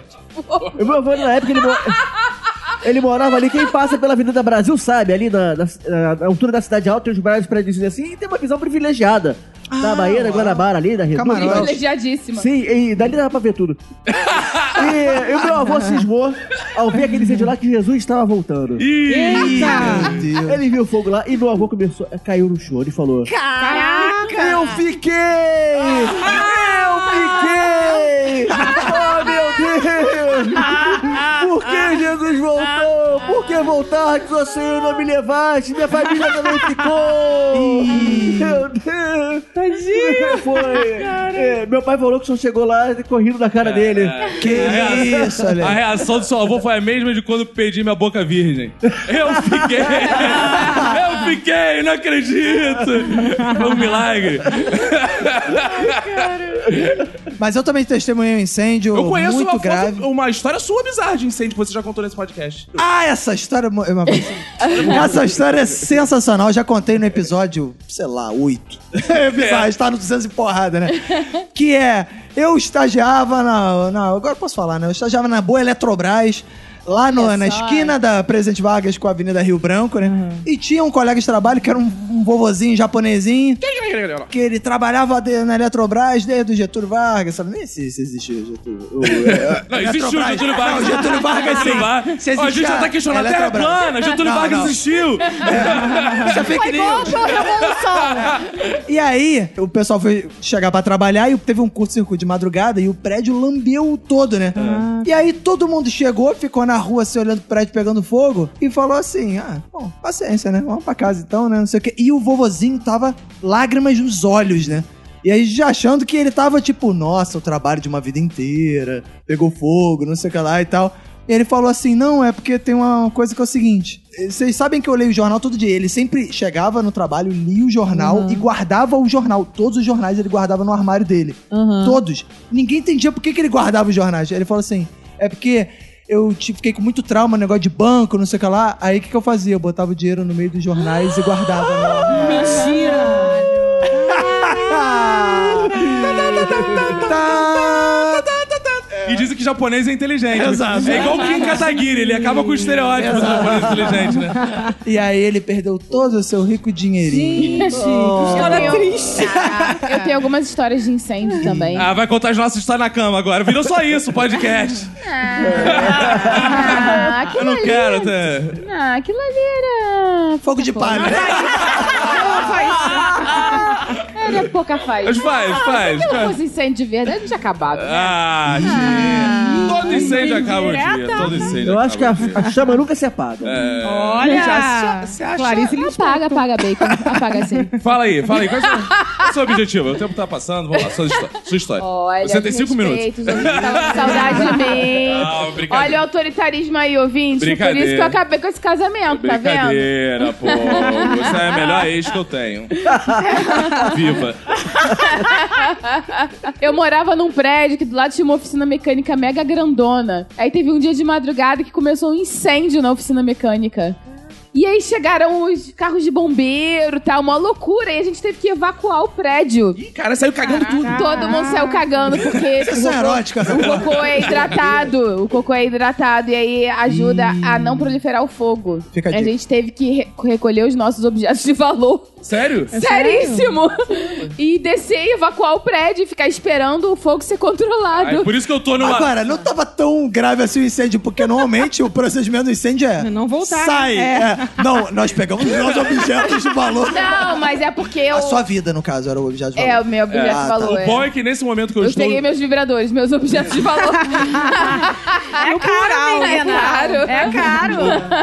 O meu avô, ele, na época, ele. mo- Ele morava ali, quem passa pela Avenida Brasil sabe, ali na, na- na- na altura da Cidade Alta, tem os vários prédios assim, e tem uma visão privilegiada. da Bahia, da Guanabara ali, da Reduc. Ah, Camarote. Privilegiadíssima. Sim, e dali dava pra ver tudo. E, e o meu avô cismou ao ver aquele incêndio lá que Jesus estava voltando. Eita! Ele viu o fogo lá e meu avô começou, eh, caiu no choro e falou: Caraca! Eu fiquei! Eu fiquei! Oh, meu Deus! Por que Jesus voltou? Por que voltaste, ó Senhor, não me levaste? Minha família também ficou! Meu Deus! Tadinho! Foi! É, meu pai falou que só chegou lá correndo na cara dele. Que isso, A olha. reação do seu avô foi a mesma de quando perdi minha boca virgem. Eu fiquei! Eu fiquei! Não acredito! Foi um milagre! Mas eu também testemunhei um incêndio Eu conheço muito uma, grave. foto, uma história sua bizarra de incêndio que você já contou nesse podcast. Ah, essa história. é mo- é uma- essa história é sensacional. Eu já contei no episódio, sei lá, 8. É bizarro, está no 200 e porrada, né? Que é. Eu estagiava na. na- agora eu posso falar, né? Eu estagiava na boa Eletrobras. Lá no- na esquina da Presidente Vargas com a Avenida Rio Branco, né? E tinha um colega de trabalho que era um, um vovozinho japonesinho. Que ele trabalhava de- na Eletrobras desde o Getúlio Vargas, sabe? Nem sei se existiu o Getúlio. o- é- Não, existiu o Eletrobras. Getúlio Vargas. Não, Getúlio Vargas, sim. Getúlio Vargas. Se Ó, a gente existe já tá questionando a Terra Eletrobras. plana. Getúlio Não, Vargas não. existiu. Isso é fake news. Voltou a revolução. E aí, o pessoal foi chegar pra trabalhar e teve um curto-circuito de madrugada e o prédio lambeu todo, né? É. E aí todo mundo chegou, ficou na rua se olhando pro prédio pegando fogo e falou assim: ah, bom, paciência, né? Vamos pra casa então, né? Não sei o quê. E o vovozinho tava lágrimas nos olhos, né? E aí, já achando que ele tava tipo, nossa, o trabalho de uma vida inteira, pegou fogo, não sei o que lá e tal. E ele falou assim: não, é porque tem uma coisa que é o seguinte. Vocês sabem que eu leio o jornal todo dia. Ele sempre chegava no trabalho, lia o jornal e guardava o jornal. Todos os jornais ele guardava no armário dele. Todos. Ninguém entendia por que, que ele guardava os jornais. Ele falou assim: é porque eu ti- fiquei com muito trauma, negócio de banco, não sei o que lá. Aí o que, que eu fazia? Eu botava o dinheiro no meio dos jornais e guardava no armário. Tá. E dizem que japonês é inteligente. Exato. É igual o Kim Kataguiri. Ele acaba com o estereótipo do japonês inteligente, né? E aí ele perdeu todo o seu rico dinheirinho. Ah, História triste. Eu tenho algumas histórias de incêndio também. Ah, vai contar as nossas histórias na cama agora. Virou só isso o podcast. Ah, aquilo Eu não ali- quero até. Ah, aquilo ali era. Fogo de palha. Era pouca faz. Mas faz, faz. Se não faz. fosse incêndio de verdade, tinha acabado. né? Ah, gente. Todo incêndio acaba um dia. Todo incêndio. Eu acho que a, a chama nunca se apaga. É. Olha! Clarice Apaga, apaga, bacon. Apaga assim. Fala aí, fala aí. Qual é o seu- qual é o seu objetivo? O tempo tá passando. Vamos lá, sua, histó- sua história. Olha, Você tem cinco minutos. respeito, os ouvintes estavam tá com saudade de mim. Ah, brincadeira. Olha o autoritarismo aí, ouvinte. Por Brincadeira. isso que eu acabei com esse casamento, tá vendo? Brincadeira, pô. Você é a melhor ex que eu tenho. Viva. Eu morava num prédio que do lado tinha uma oficina mecânica mega grandona. Aí teve um dia de madrugada que começou um incêndio na oficina mecânica. E aí chegaram os carros de bombeiro e tal, uma loucura. E a gente teve que evacuar o prédio. Ih, cara, saiu cagando tudo. Todo mundo saiu cagando porque Isso é erótico, essa o cocô é hidratado. O cocô é hidratado e aí ajuda a não proliferar o fogo. Fica a a dica. gente teve que re- recolher os nossos objetos de valor. Sério? Seríssimo! E descer e evacuar o prédio e ficar esperando o fogo ser Ai, controlado. por isso que eu tô numa... Agora, não tava tão grave assim o incêndio, porque normalmente o procedimento do incêndio é. Não voltar, Sai! né? É. é. Não, nós pegamos os meus objetos de valor. Não, mas é porque eu. A sua vida, no caso, era o objeto de valor. É, o meu objeto Ah, de tá. valor. O bom é que nesse momento que eu, Eu estou. peguei meus vibradores, meus objetos de valor. É caro, é caro. É caro.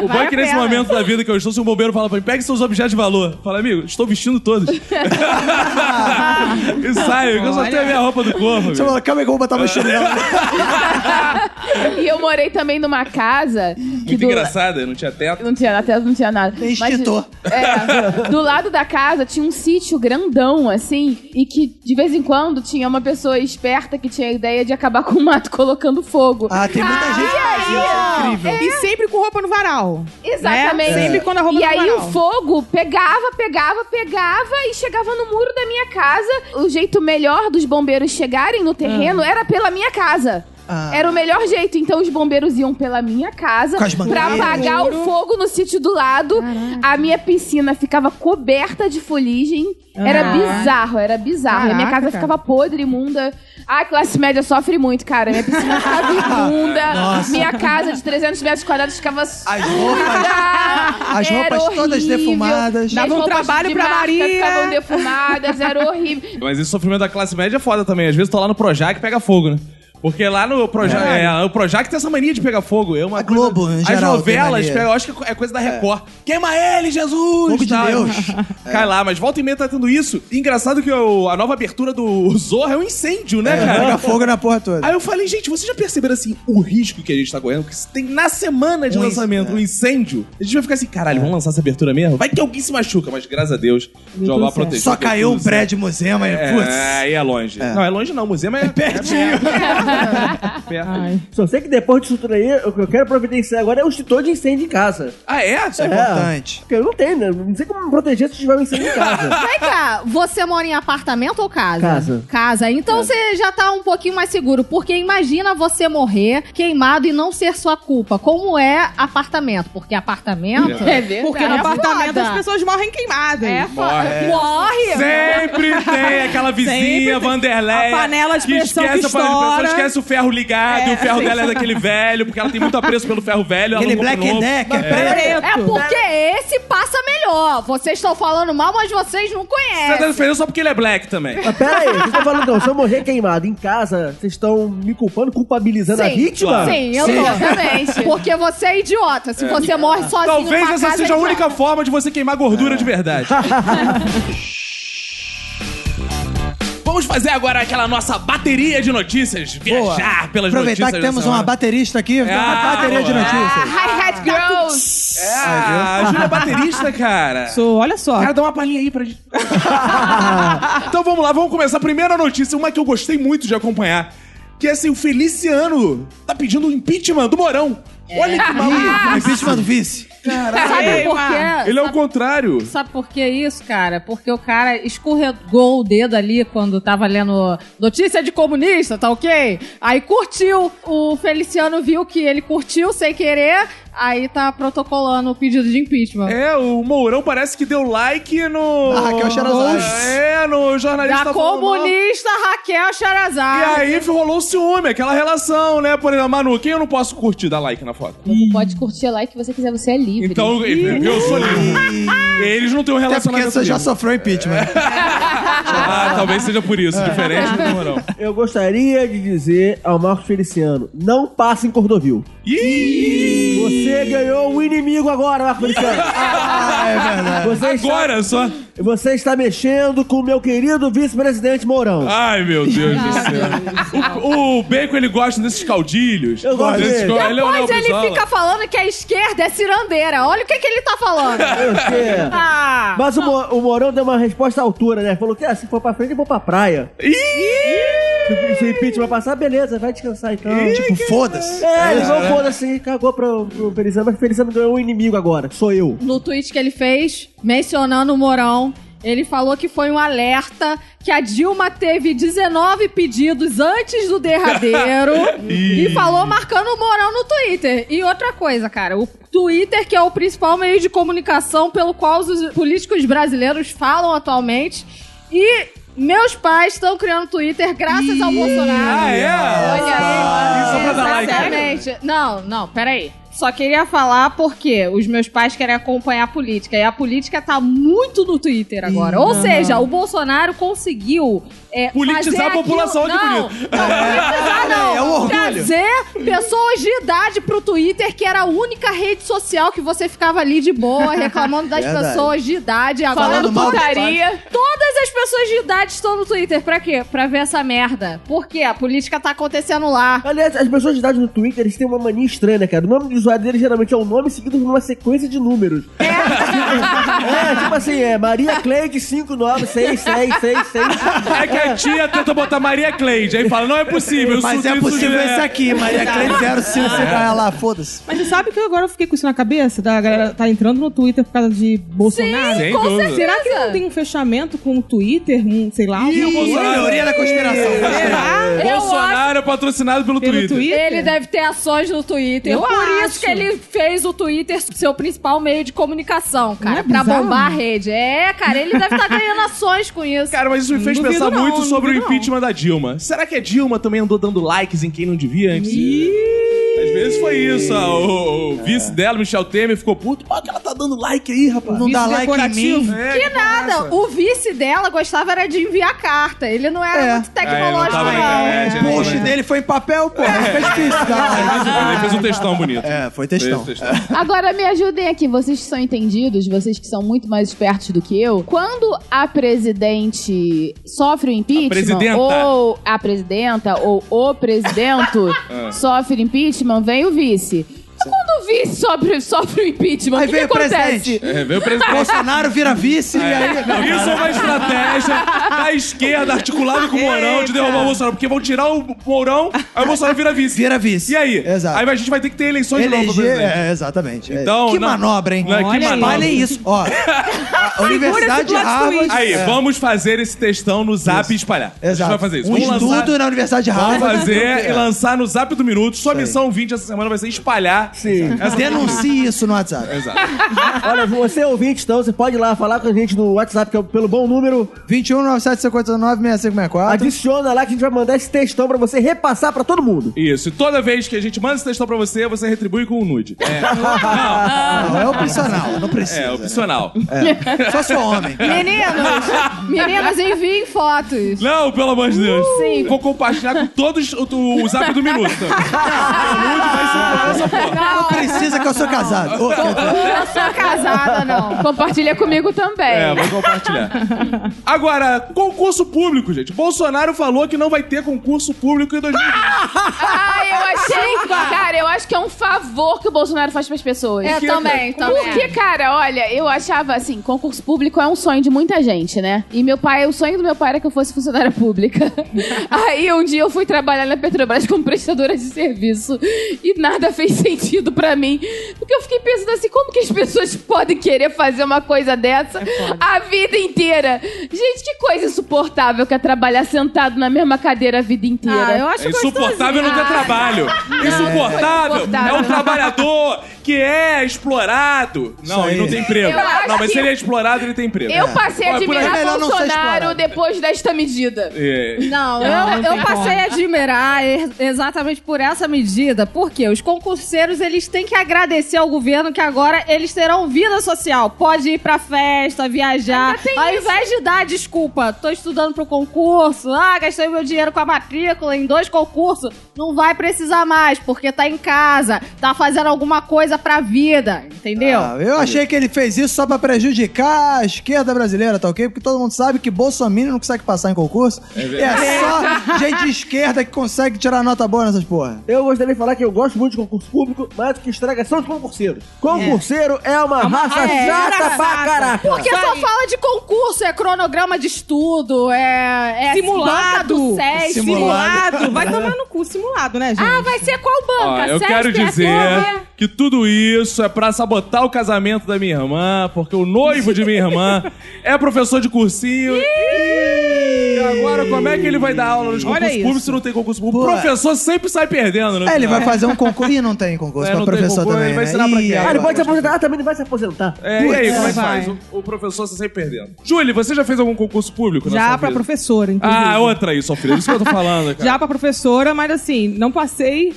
O bom é que nesse momento da vida que eu estou, se um bombeiro fala pra mim, pegue seus objetos de valor. Fala, amigo, estou vestindo todos. e saio, que eu só tenho a minha roupa do corpo. Você amigo. falou, calma aí que eu vou botar meu chinelo. e eu morei também numa casa. Que Muito do- engraçada, não tinha teto. Não tinha, na tela não tinha nada. Tem Mas- extintor. é, do lado da casa tinha um sítio grandão, assim, e que de vez em quando tinha uma pessoa esperta que tinha a ideia de acabar com o mato colocando fogo. Ah, tem muita gente que faz isso. Incrível. E sempre com roupa no varal. Exatamente. Né? Sempre quando a roupa E no aí o varal. fogo pegava, pegava, pegava e chegava no muro da minha casa. O jeito melhor dos bombeiros chegarem no Ah. terreno era pela minha casa. Ah. Era o melhor jeito. Então os bombeiros iam pela minha casa Com as pra bandeiras. apagar o fogo no sítio do lado. A minha piscina ficava coberta de fuligem. Era bizarro, era bizarro. E a minha Ah. Caraca, casa cara. ficava podre, imunda. A classe média sofre muito, cara. Minha piscina ficava imunda. Nossa. Minha casa de 300 metros quadrados ficava As roupas, as as roupas todas defumadas. Dava um trabalho pra Maria. Ficavam defumadas, era horrível. Mas esse sofrimento da classe média é foda também. Às vezes tô lá no Projac e pega fogo, né? Porque lá no Projac, é, o Projac tem essa mania de pegar fogo. É uma A coisa- Globo, em As geral, tem novelas, mania. pegam, eu acho que é coisa da Record. Queima ele, Jesus! Fogo de Tá, Deus. É. Cai lá, mas volta e meia tá tendo isso. E engraçado que o- a nova abertura do Zorro é um incêndio, né, cara? Pega fogo na porra toda. Aí eu falei, gente, vocês já perceberam assim o risco que a gente tá correndo? Porque se tem na semana de Um lançamento inc- um incêndio, a gente vai ficar assim, caralho, vamos lançar essa abertura mesmo? Vai que alguém se machuca, mas graças a Deus, Jeová protegeu. Só deu caiu tudo um prédio museu, aí, é, putz. aí é longe. Não, é longe não. O museu é, pertinho. É perto. Só sei que depois disso tudo aí, o que eu quero providenciar agora é um extintor de incêndio em casa. Ah, é? Isso é importante. Porque eu não tenho, né? Não sei como me proteger se tiver um incêndio em casa. Vem cá, você mora em apartamento ou casa? Casa. Casa. Então você já tá um pouquinho mais seguro, porque imagina você morrer queimado e não ser sua culpa. Como é apartamento? Porque apartamento. É verdade. Porque no É apartamento foda. as pessoas morrem queimadas. É Morre. Morre! né? Sempre tem aquela vizinha, Sempre tem. Vanderleia. A panela de que pressão esquece que a panela de pressão, estoura. esquece o ferro ligado. e o ferro dela é daquele velho, porque ela tem muito apreço pelo ferro velho. ela Aquele não compra Black and novo. Decker, preto. Preto. É porque esse passa melhor. Vocês estão falando mal, mas vocês não Você tá conhecem. defendendo só porque ele é black também. Mas pera aí, vocês estão falando então, se eu morrer queimado em casa, vocês estão me culpando, culpabilizando a Sim, vítima? Sim, eu tô. Exatamente. Porque você é idiota. Se você morre sozinho Talvez numa essa casa, seja a idiota. única forma de você queimar gordura de verdade. Vamos fazer agora aquela nossa bateria de notícias. Boa. Viajar pelas notícias. Aproveitar que da temos semana. uma baterista aqui, tem Ah, uma bateria de boa. A notícias. Hi-Hat Girls. É, a Júlia é baterista, cara. Sou, olha só. Cara, dá uma palhinha aí pra gente. então vamos lá, vamos começar. Primeira notícia, uma que eu gostei muito de acompanhar. Que é assim, o Feliciano tá pedindo o impeachment do Morão. Olha que maluco. Ih, É. Impeachment do vice. Sabe por Queima. quê? Ele é o contrário. Sabe por que isso, cara? Porque o cara escorregou o dedo ali quando tava lendo notícia de comunista, tá ok? Aí curtiu. O Feliciano viu que ele curtiu sem querer, aí tá protocolando o pedido de impeachment. É, o Mourão parece que deu like no. Ah, Raquel Sherazade. É, no jornalista. da falou mal. comunista Raquel E Charazade. aí rolou o ciúme, aquela relação, né? Por exemplo, Manu, quem eu não posso curtir dar like na foto? Você pode curtir lá e que você quiser, você é livre. Então, eu sou livre. Eles não têm um Até porque Ah, relacionamento. você já comigo. sofreu impeachment. Ah, talvez seja por isso, diferente do Mourão. Eu gostaria de dizer ao Marcos Feliciano, não passe em Cordovil. Ih! Você ganhou o inimigo agora, Marcos Feliciano. Ah, é verdade. Você está, Agora só. você está mexendo com o meu querido vice-presidente Mourão. Ai, meu Deus do céu. O, o Bacon, ele gosta desses caudilhos. Eu gosto Desses dele. co- é o Léo Depois ele Brizola. fica falando que a esquerda é cirandeira. Olha o que, que ele tá falando. Eu sei. Ah, Mas o, Mo- o Mourão deu uma resposta à altura, né? Falou que ah, se for pra frente, eu vou pra praia. Ih! Se o- Se o impeachment passar, beleza, vai descansar então. Tipo, foda-se. É, ele não foda-se, cagou pro, pro Felizano, mas o Felizano ganhou um inimigo agora, sou eu. no tweet que ele fez, mencionando o Morão, ele falou que foi um alerta que a Dilma teve 19 pedidos antes do derradeiro e falou marcando o Morão no Twitter. E outra coisa, cara, o Twitter que é o principal meio de comunicação pelo qual os políticos brasileiros falam atualmente e meus pais estão criando Twitter graças ao Bolsonaro. Ah, é? Olha aí. Isso é pra dar like, né? Exatamente. Não, não, peraí. Só queria falar porque os meus pais querem acompanhar a política. E a política tá muito no Twitter agora. Ou seja, o Bolsonaro conseguiu. é, Politizar fazer a população, aquilo... olha não, que Não, politizar não. É um orgulho. Trazer pessoas de idade pro Twitter, que era a única rede social que você ficava ali de boa, reclamando das Verdade. pessoas de idade. Agora Falando mal dos putaria. Todas as pessoas de idade estão no Twitter. Pra quê? Pra ver essa merda. Por quê? A política tá acontecendo lá. Aliás, as pessoas de idade no Twitter, eles têm uma mania estranha, né, cara? O nome do usuário deles geralmente é um nome seguido por uma sequência de números. É, tipo assim, é Maria Cleide 596666. É que a tia tenta botar Maria Cleide. Aí fala, não é possível. eu Mas sou é disso, É. possível né? esse aqui, Maria Cleide 05, você vai lá, foda-se. Mas você sabe que agora eu fiquei com isso na cabeça? Da galera tá entrando no Twitter por causa de Bolsonaro? Sem Com dúvida. certeza. Será que não tem um fechamento com o Twitter? Um, sei lá? Ih, o um... Bolsonaro. Teoria da conspiração. Será? Ah, Eu Bolsonaro é patrocinado pelo, Pelo Twitter. Twitter? Ele deve ter ações no Twitter. Eu Por acho. isso que ele fez o Twitter seu principal meio de comunicação, Não cara. é pra bizarro? bombar a rede. É, cara, ele deve estar ganhando ações com isso. Cara, mas isso me fez Duvido pensar não, muito sobre o duvido não. impeachment da Dilma. Será que a Dilma também andou dando likes em quem não devia antes? Às vezes foi isso. ó. O, o vice dela, Michel Temer, ficou puto. Ó, que ela tá dando like aí, rapaz. Não dá like em mim. Que nada, o vice dela gostava era de enviar carta. Ele não era É. muito É, ele tecnológico, não tava na não. internet, O post dele foi em papel, pô. Fica difícil, cara. Ele fez um textão bonito. É, foi Fez textão. um textão. Agora me ajudem aqui, vocês que são entendidos, vocês que são muito mais espertos do que eu. Quando a presidente sofre o impeachment, A presidenta. ou a presidenta, ou o presidento Ah. sofre o impeachment, vem o vice. Quando o vice sofre, sofre o impeachment, Aí o que, que veio o acontece? presidente. É, veio o presidente. Bolsonaro vira vice e aí. Não, isso é uma estratégia da esquerda articulada com o Mourão de derrubar o Bolsonaro. Porque vão tirar o Mourão, aí o Bolsonaro vira vice. Vira vice. E aí? Exato. Aí a gente vai ter que ter eleições de novo. pra Eleger, presidente. é, exatamente. É. Então, que não- manobra, hein? Não, que Olha aí. manobra. Olhem isso. Ó, a Universidade de plot Harvard... twist. Aí, é, vamos fazer esse textão no zap e espalhar. Exato. A gente vai fazer isso. Um vamos estudo lançar- na Universidade de Vamos Harvard. fazer e É. lançar no Zap do Minuto. Sua Isso aí. missão 20 essa semana vai ser espalhar. Sim. Essa... Denuncie isso no WhatsApp. Exato. Olha, você é ouvinte, então, você pode ir lá falar com a gente no WhatsApp, que é pelo bom número. 21 97 59 6564. Adiciona lá que a gente vai mandar esse textão pra você repassar pra todo mundo. Isso. E toda vez que a gente manda esse textão pra você, você retribui com um nude. É, Não, é opcional, não precisa. é opcional. né? Só se for homem. Meninos, meninas, enviem fotos. Não, pelo amor de Deus. Sim. Vou compartilhar com todos o, o Zap do Minuto. também. Não precisa que eu sou casado. Ô, Eu sou casada, não. Compartilha comigo também. É, vou compartilhar. Agora, concurso público, gente. Bolsonaro falou que não vai ter concurso público em 2020. Ai, eu achei. Cara, Cara, eu acho que é um favor que o Bolsonaro faz pras pessoas. É, também, também. Porque, cara, olha, eu achava assim, concurso público é um sonho de muita gente, né? E meu pai, o sonho do meu pai era que eu fosse funcionária pública. Aí um dia eu fui trabalhar na Petrobras como prestadora de serviço e nada fez sentido pra mim. Porque eu fiquei pensando assim, como que as pessoas podem querer fazer uma coisa dessa a vida inteira? Gente, que coisa insuportável que é trabalhar sentado na mesma cadeira a vida inteira. Ah, eu acho É insuportável não ter trabalho. foi Insuportável é Ah, é insuportável. um trabalhador que é explorado. Não, Isso ele não aí. tem emprego. Eu acho Não, mas se que- ele é explorado, ele tem emprego. Eu passei a Olha, por aí- É admirar melhor não ser Bolsonaro explorado. depois desta medida. É. Não, Não, eu, não tem eu passei como. a admirar ex- exatamente por essa medida, porque os concurseiros eles têm que agradecer ao governo que agora eles terão vida social, pode ir pra festa, viajar, Ainda tem ao isso. invés de dar desculpa, tô estudando pro concurso, ah, gastei meu dinheiro com a matrícula em dois concursos, não vai precisar mais, porque tá em casa, tá fazendo alguma coisa pra vida, entendeu? Ah, eu achei que ele fez isso só pra prejudicar a esquerda brasileira, tá ok? Porque todo mundo sabe que Bolsonaro não consegue passar em concurso. É, só gente de esquerda que consegue tirar nota boa nessas porra. Eu gostaria de falar que eu gosto muito de concurso público, mas que estraga são os concurseiros. Concurseiro é, uma, raça é, chata pra engraçada. caraca. Porque só fala de concurso, é cronograma de estudo, é. é banca Simulado. do SESC. Simulado. Vai tomar no cu simulado, né, gente? Ah, vai ser qual Ó, banca? eu SESC, é quero é dizer Record? que tudo isso é pra sabotar o casamento da minha irmã, porque o noivo de minha irmã é professor de cursinho. E agora, como é que ele vai dar aula nos Olha concursos isso. públicos se não tem concurso público? O Pô. professor sempre sai perdendo, né? É, ele vai fazer um concurso. Ih, não tem concurso É, pra não tem professor concurso, também. ele vai né? ensinar pra Ih, quê? aí Ah, ele vai- pode se aposentar, ah, também não vai se aposentar. É, e aí, como é que Vai. faz? O, o professor está sempre perdendo. Júlia, você já fez algum concurso público? na Já sua pra vida? professora, É inclusive. Ah, outra aí, sofrida. Isso que eu tô falando, cara. Já pra professora, mas assim, não passei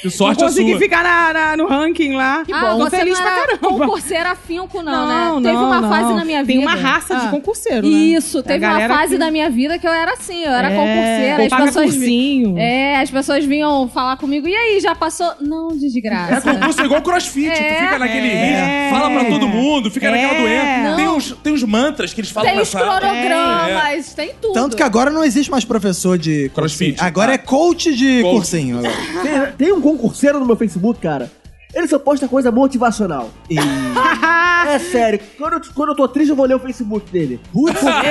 Que sorte não a consegui sua. ficar na- na- no ranking lá. Que Tô feliz Ah, não pra era caramba. concurseiro afinco, não, né? Teve uma não. fase na minha vida. Tem uma raça de Ah. concurseiro, né? Isso, A teve uma galera fase que- da minha vida que eu era assim, eu era É, concurseira. As paga pessoas, vi- cursinho. é, as pessoas vinham falar comigo, e aí, já passou? Não, É, desgraça. concurso é igual crossfit. tu fica naquele ritmo, fala pra todo mundo, fica naquela É. doença. Não. Tem uns, tem uns mantras que eles falam É. Tem os nessa... cronogramas, tem tudo. Tanto que agora não existe mais professor de Crossfit. cursinho. Agora Ah. é coach de Coach. cursinho. agora. Tem, tem um concurseiro no meu Facebook, cara. Ele só posta coisa motivacional. é sério. Quando eu, quando eu tô triste, eu vou ler o Facebook dele. Putz, é.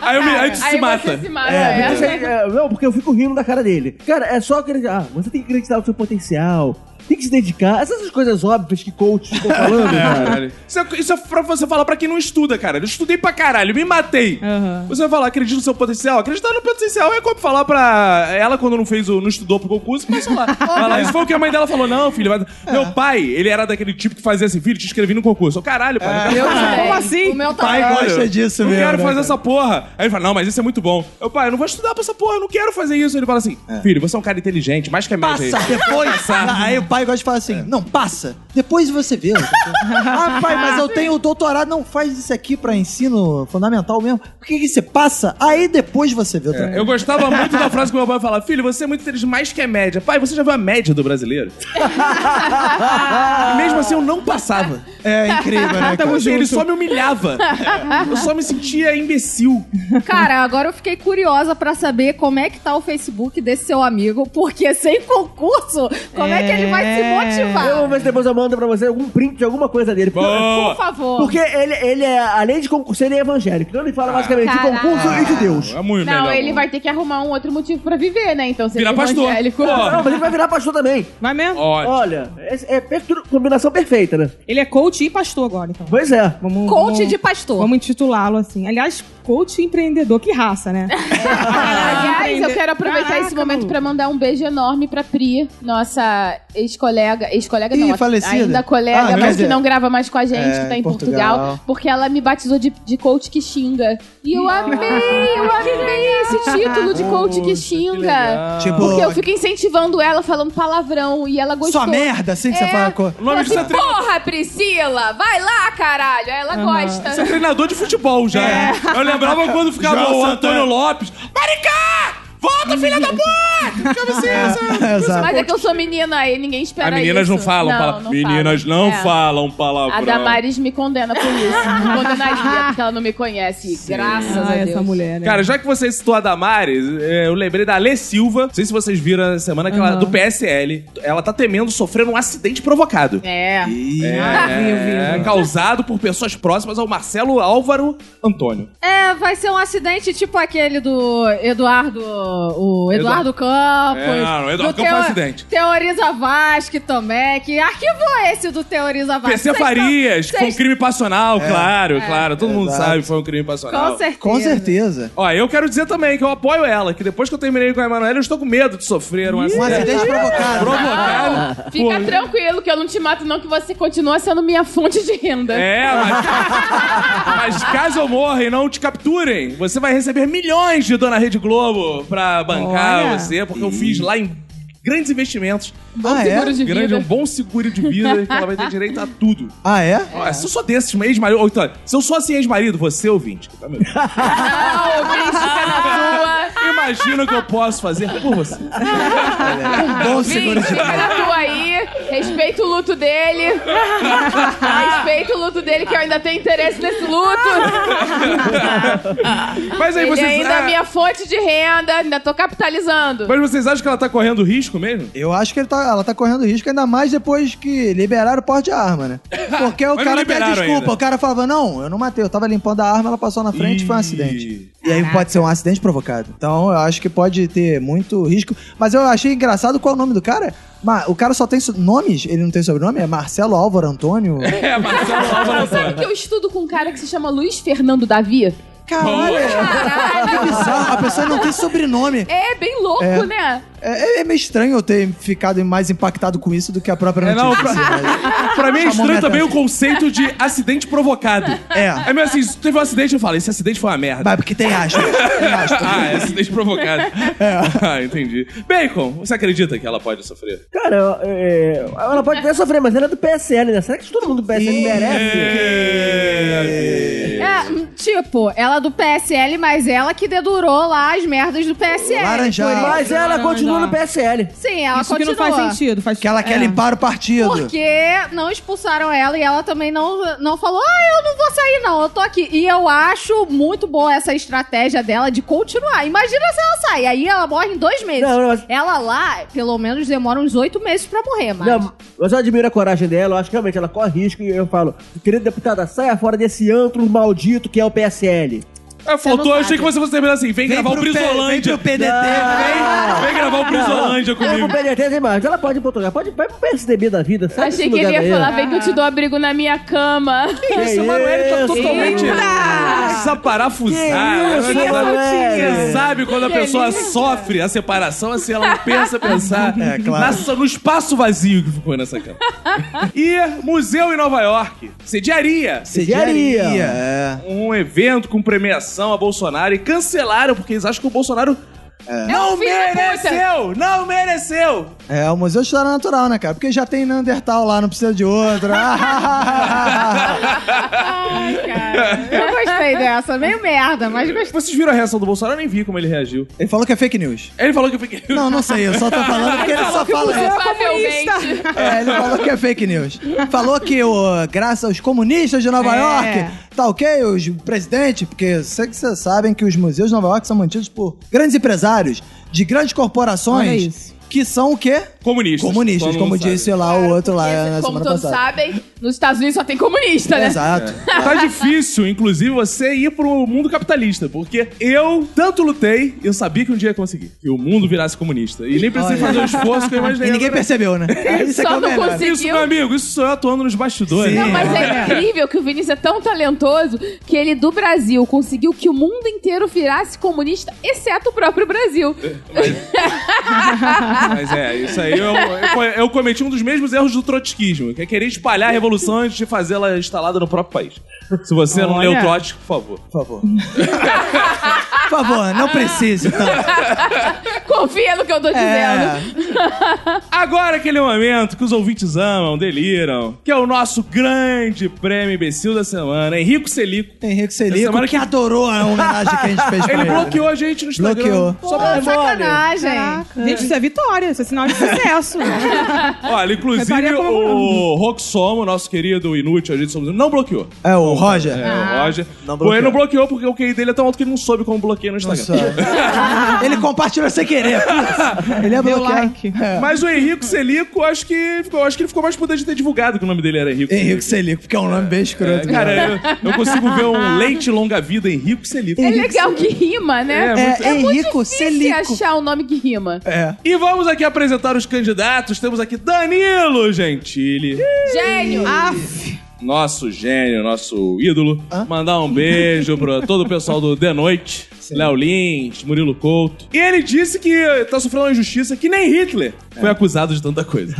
Aí, eu me- aí tu Aí se mata. Você se mata. É, é. porque você- é, Não, porque eu fico rindo da cara dele. Cara, é só acreditar. Ah, você tem que acreditar no seu potencial. Tem que se dedicar. Essas coisas óbvias que coach ficam falando, cara. Caralho. Isso é, isso é pra você falar pra quem não estuda, cara. Eu estudei pra caralho, me matei. Aham. Você vai falar, acredita no seu potencial? Acreditar no potencial é como falar pra ela quando não fez o, não estudou pro concurso, mas sei lá. Vai lá, Isso foi o que a mãe dela falou: não, filho, mas- meu pai, ele era daquele tipo que fazia assim, filho, te inscrevi no concurso. Eu, caralho, pai, não quero Eu É. também. Como assim? O meu tá Pai lá. gosta disso não mesmo. quero né, fazer cara? essa porra. Aí ele fala, não, mas isso é muito bom. Eu, pai, eu não vou estudar pra essa porra, eu não quero fazer isso. Ele fala assim, filho, você é um cara inteligente, mais que a média. Passa, aí." depois. Aí o pai gosta de falar assim: É. não, passa, depois você vê. ah, pai, mas eu tenho doutorado, não faz isso aqui pra ensino fundamental mesmo. Por que, que você passa? Aí depois você vê. É, É, Eu gostava muito da frase que meu pai falava: Filho, você é muito inteligente, mais que a média. Pai, você já viu a média do brasileiro? e mesmo assim eu não passava. é incrível, né? cara? Assim, ele só me humilhava. Eu só me sentia imbecil. Cara, agora eu fiquei curiosa pra saber como é que tá o Facebook desse seu amigo, porque sem concurso, como é, que ele vai se motivar? Eu vou ver se depois eu mando pra você algum print de alguma coisa dele. Porque- Por favor. Porque ele, ele é, além de concurseiro, ele é evangélico. Então ele fala basicamente Caraca. de concurso e de Deus. É muito Não, melhor. ele vai ter que arrumar um outro motivo pra viver, né? Então, se Virar ele for pastor. evangélico- Ó. Não, mas ele vai virar pastor também. Vai mesmo? Ó, Olha, esse é, per- tudo- combinação perfeita, né? Ele é coach e pastor agora, então. Pois é. Vamos, Um Coach vamos- de pastor. Vamos intitulá-lo assim. Aliás, coach e empreendedor, que raça, né? Aliás, eu quero aproveitar Caraca, esse momento maluco. pra mandar um beijo enorme pra Pri, nossa ex-colega, ex-colega Ih, não, falecida. ainda colega, Ah, quer mas que dizer, não grava mais com a gente, é, que tá em em Portugal, Portugal. porque ela me batizou de, de coach que xinga. E eu amei, eu amei esse título de coach que xinga. Ah. Tipo, Porque eu fico incentivando ela falando palavrão e ela gostou. só merda, assim, que você É. fala. co- o nome disso é, tre... Porra, Priscila, vai lá, caralho. Aí Ela gosta. isso é treinador de futebol já. É. né? Eu lembrava quando ficava João o Santana. Antônio Lopes. Maricá! Volta, filha da puta! Ficava assim, assim. Exato. Mas é que eu sou menina e ninguém espera As meninas isso. não falam palavrão. Meninas não É. falam palavrão. A Damaris me condena por isso. Me condenaria, porque ela não me conhece. Graças a Ah, Deus. essa mulher, né? Cara, já que você citou a Damares, é, eu lembrei da Alê Silva. Não sei se vocês viram a semana que ela, do PSL. Ela tá temendo sofrer um acidente provocado. É. É, causado por pessoas próximas ao Marcelo Álvaro Antônio. É, vai ser um acidente tipo aquele do Eduardo. O Eduardo Campos. É, não, o Eduardo do Campos foi um Teo- acidente. Teoriza Vasque também. Que arquivo é esse do Teoriza Vasque? PC Vocês Farias, tão- foi um vocês- crime passional, claro, claro. Todo mundo Exato. sabe, foi um crime passional. Com certeza. Com É. certeza. Ó, eu quero dizer também que eu apoio ela, que depois que eu terminei com a Emanuela, eu estou com medo de sofrer um Um acidente acidente provocado. provocado. Fica por- tranquilo que eu não te mato, não, que você continua sendo minha fonte de renda. É, mas, mas caso eu morra e não te capturem, você vai receber milhões de Dona Rede Globo pra bancar Olha. você, porque eu fiz lá em grandes investimentos. Ah, é? Seguro de vida. Grande, um bom seguro de vida que ela vai ter direito a tudo. Ah, é? Ó, se eu sou desses, meu ex-marido. ou então, se eu sou assim, ex-marido, você ouvinte. Tá meu... Ah, o Cris fica na tua. Imagina o que eu posso fazer por você. Um bom seguro Cris, de fica na tua aí. Respeita o luto dele. Respeita o luto dele, que eu ainda tenho interesse nesse luto. Mas aí Ele vocês. ainda é ah, minha fonte de renda, ainda tô capitalizando. Mas vocês acham que ela tá correndo risco mesmo? Eu acho que ele tá- ela tá correndo risco, ainda mais depois que liberaram o porte de arma, né? Porque o Mas não cara tem a liberaram desculpa. ainda. O cara falava, não, eu não matei, eu tava limpando a arma, ela passou na frente e foi um Ih. acidente. E aí pode ser um acidente provocado. Então eu acho que pode ter muito risco. Mas eu achei engraçado qual é o nome do cara. Ma- o cara só tem so- nomes? Ele não tem sobrenome? É Marcelo Álvaro Antônio? É, Marcelo Álvaro Sabe que eu estudo com um cara que se chama Luiz Fernando Davi? Boa. Que É bizarro, a pessoa não tem sobrenome. É bem louco, É. né? É, é meio estranho eu ter ficado mais impactado com isso do que a própria É, não, notícia. mas- Pra mim é Chamou minha estranho também o atenção. conceito de acidente provocado. É. É meio assim, se teve um acidente, eu falo, esse acidente foi uma merda. Vai, porque tem aspas. Tem aspas. Ah, é acidente provocado. Ah, entendi. Bacon, você acredita que ela pode sofrer? Cara, é, ela pode até sofrer, mas ela é do PSL, né? Será que todo mundo do PSL merece? É. É, hum, tipo, ela do PSL, mas ela que dedurou lá as merdas do É, PSL. Laranjal. Mas ela não, continua não. no PSL. Sim, ela Isso que continua. não faz sentido. Faz... Que ela quer é. limpar o partido. Porque não expulsaram ela e ela também não, não falou, ah, eu não vou sair não, eu tô aqui. E eu acho muito boa essa estratégia dela de continuar. Imagina se ela sai, aí ela morre em dois meses. Não, não, mas- Ela lá, pelo menos, demora uns oito meses pra morrer, mas... Não, mas eu admiro a coragem dela, eu acho que realmente ela corre risco e eu falo, querida deputada, saia fora desse antro maldito que é o PSL. Ah, faltou, não eu achei sabe. que você fosse terminar assim, vem, gravar o pro P- Brisolândia. Vem pro PDT. Ah. Vem, vem gravar o Brisolândia Eu vou comigo. perder até mais. Ela pode ir pra outro lugar, pode vai pro PSDB da vida, sabe? Achei que ele é- ia falar, vem que eu te dou abrigo na minha cama. Isso, Manoel, tá Totalmente essa parafusada. Que isso, Manoel? né? Você sabe quando a pessoa sofre a separação, assim, ela pensa pensar É, claro. na- no espaço vazio que ficou nessa cama. E museu em Nova York, sediaria Sediaria. É. um evento com premiação a Bolsonaro e cancelaram porque eles acham que o Bolsonaro não É um filho da mereceu, não mereceu. É, o Museu de História Natural, né, cara? Porque já tem Neandertal lá, não precisa de outro. Eu gostei dessa, meio merda, mas gostei. Vocês viram a reação do Bolsonaro? Eu nem vi como ele reagiu. ele falou que é fake news. Ele falou que eu fiquei... Não, não sei, eu só tô falando porque ele só fala. é Provavelmente. É, ele falou que é fake news. Falou que, o, graças aos comunistas de Nova York, tá ok, os presidentes, porque sei que vocês sabem que os museus de Nova York são mantidos por grandes empresários, de grandes Olha corporações, isso. que são o quê? Comunistas. Comunistas, Todo como mundo disse lá o outro lá na É, Como semana todos passada. sabem, nos Estados Unidos só tem comunista, né? Exato. Tá difícil, inclusive, você ir pro mundo capitalista, porque eu tanto lutei, eu sabia que um dia ia conseguir. Que o mundo virasse comunista. E nem precisei Olha. fazer o esforço que eu imaginei. E ninguém Agora- percebeu, né? Isso é que é Só o não melhor. conseguiu. Isso, meu amigo, isso sou eu atuando nos bastidores. Sim. Não, mas é incrível que o Vinícius é tão talentoso que ele, do Brasil, conseguiu que o mundo inteiro virasse comunista, exceto o próprio Brasil. Mas é, isso aí eu, eu, eu cometi um dos mesmos erros do trotskismo, que é querer espalhar a revolução antes de fazê-la instalada no próprio país. Se você não leu Olha. Trotsky, por favor. Por favor. Por favor, não precise. Então. Confia no que eu tô dizendo. É. Agora aquele momento que os ouvintes amam, deliram, que é o nosso grande prêmio imbecil da semana, Henrico Selico. É, Henrique Essa Selico, semana que... que- adorou a homenagem que a gente fez pra Ele ele. bloqueou a gente no Instagram. Bloqueou. Só pra Tá memória. Sacanagem. Gente, isso é vitória. Isso é sinal de sucesso. Olha, inclusive Repare como- o Roxomo, nosso querido inútil, a gente somos não bloqueou. É, o Roger. É, Ah. o Roger. Não Bom, ele bloqueou. não bloqueou porque o QI dele é tão alto que ele não soube como bloqueia no Instagram. Nossa. ele compartilhou sem querer. putz. Ele é Deu bloqueado. like. É. Mas o Henrico Selico, acho que, ficou, acho que ele ficou mais poder de ter divulgado que o nome dele era Henrico. Henrique Selico, porque é um nome bem É, escroto. cara, eu, eu consigo ver um leite longa vida Henrico Selico. É legal que rima, né? É, Henrico Difícil Selico. achar o nome que rima. É. E vamos aqui apresentar os candidatos. Temos aqui Danilo Gentili, Gênio. nosso gênio, nosso ídolo. Mandar um beijo pra todo o pessoal do The Noite, Léo Lins, Murilo Couto. E ele disse que tá sofrendo uma injustiça que nem Hitler foi É. acusado de tanta coisa.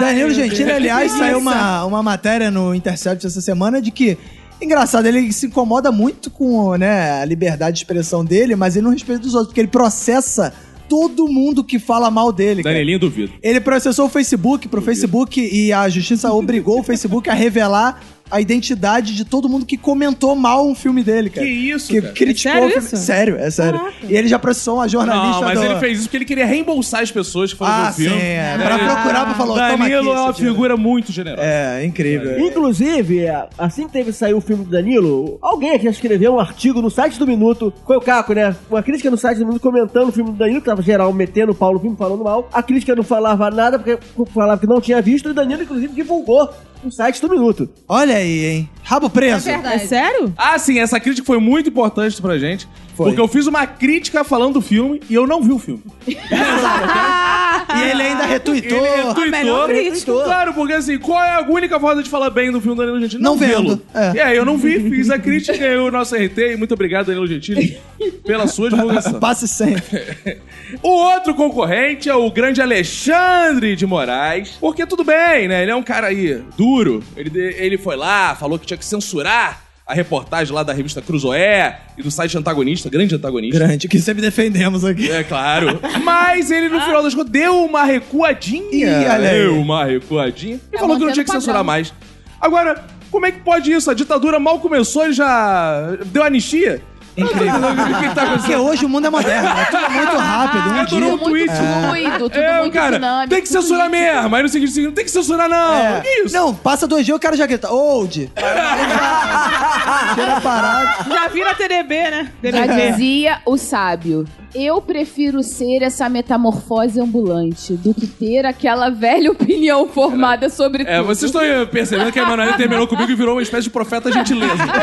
Danilo Gentili, aliás, saiu uma, uma matéria no Intercept essa semana de que. Engraçado, ele se incomoda muito com né, a liberdade de expressão dele, mas ele não respeita dos outros, porque ele processa todo mundo que fala mal dele. cara. Danielinho duvido. Ele processou o Facebook pro Facebook e a justiça obrigou o Facebook a revelar a identidade de todo mundo que comentou mal um filme dele, cara. Que isso, que cara? criticou É sério o filme. isso? Sério, é sério. E ele já processou uma jornalista Não, mas do- ele fez isso porque ele queria reembolsar as pessoas que foram ver Ah, o sim, filme. é. Pra procurar, pra falar, toma Danilo aqui. é uma esse dinheiro. figura muito generosa. É, incrível. Inclusive, é, assim que teve saiu o filme do Danilo, alguém aqui escreveu um artigo no site do Minuto, foi o Caco, né? Uma crítica no site do Minuto comentando o filme do Danilo, que tava geral metendo o pau no filme, falando mal. A crítica não falava nada, porque falava que não tinha visto, e o Danilo, inclusive, divulgou no site do Minuto. Olha aí, hein? Rabo preso. É sério? Ah, sim, essa crítica foi muito importante pra gente. Porque eu fiz uma crítica falando do filme e eu não vi o filme. E ele ainda retweetou. Ele retuitou. melhor crítica. Claro, porque assim, qual é a única forma de falar bem do filme do Danilo Gentili? Não vendo. É. eu não vi, fiz a crítica, eu o nosso RT. E muito obrigado, Danilo Gentili, pela sua divulgação. Passe sempre. O outro concorrente é o grande Alexandre de Moraes. Porque tudo bem, né? Ele é um cara aí duro. Ele, de- ele foi lá, falou que tinha que censurar a reportagem lá da revista Cruzoé e do site Antagonista, grande antagonista. Grande, que sempre defendemos aqui. É claro. Mas ele, no final das contas, deu uma recuadinha. Ih, olha aí. Deu uma recuadinha. E Tá falou que não tinha mantendo que o censurar padrão. mais. Agora, como é que pode isso? A ditadura mal começou e já deu anistia? O que Incrível. tá Ah, Porque acontecendo? hoje o mundo é moderno, é tudo muito rápido. É, Um dia durou um Tudo tweet. muito fluido, tudo É, muito cara, dinâmico. tem que tudo censurar nítido. mesmo. Aí no seguinte, seguinte, não tem que censurar não. É. Que isso? Não, passa dois dias o cara já grita, old. Tira parado. Já vira TDB, né? Já TDB. dizia o sábio. Eu prefiro ser essa metamorfose ambulante do que ter aquela velha opinião formada sobre É, tudo. vocês estão aí percebendo que a Emanuele terminou comigo e virou uma espécie de profeta gentileza. Exato.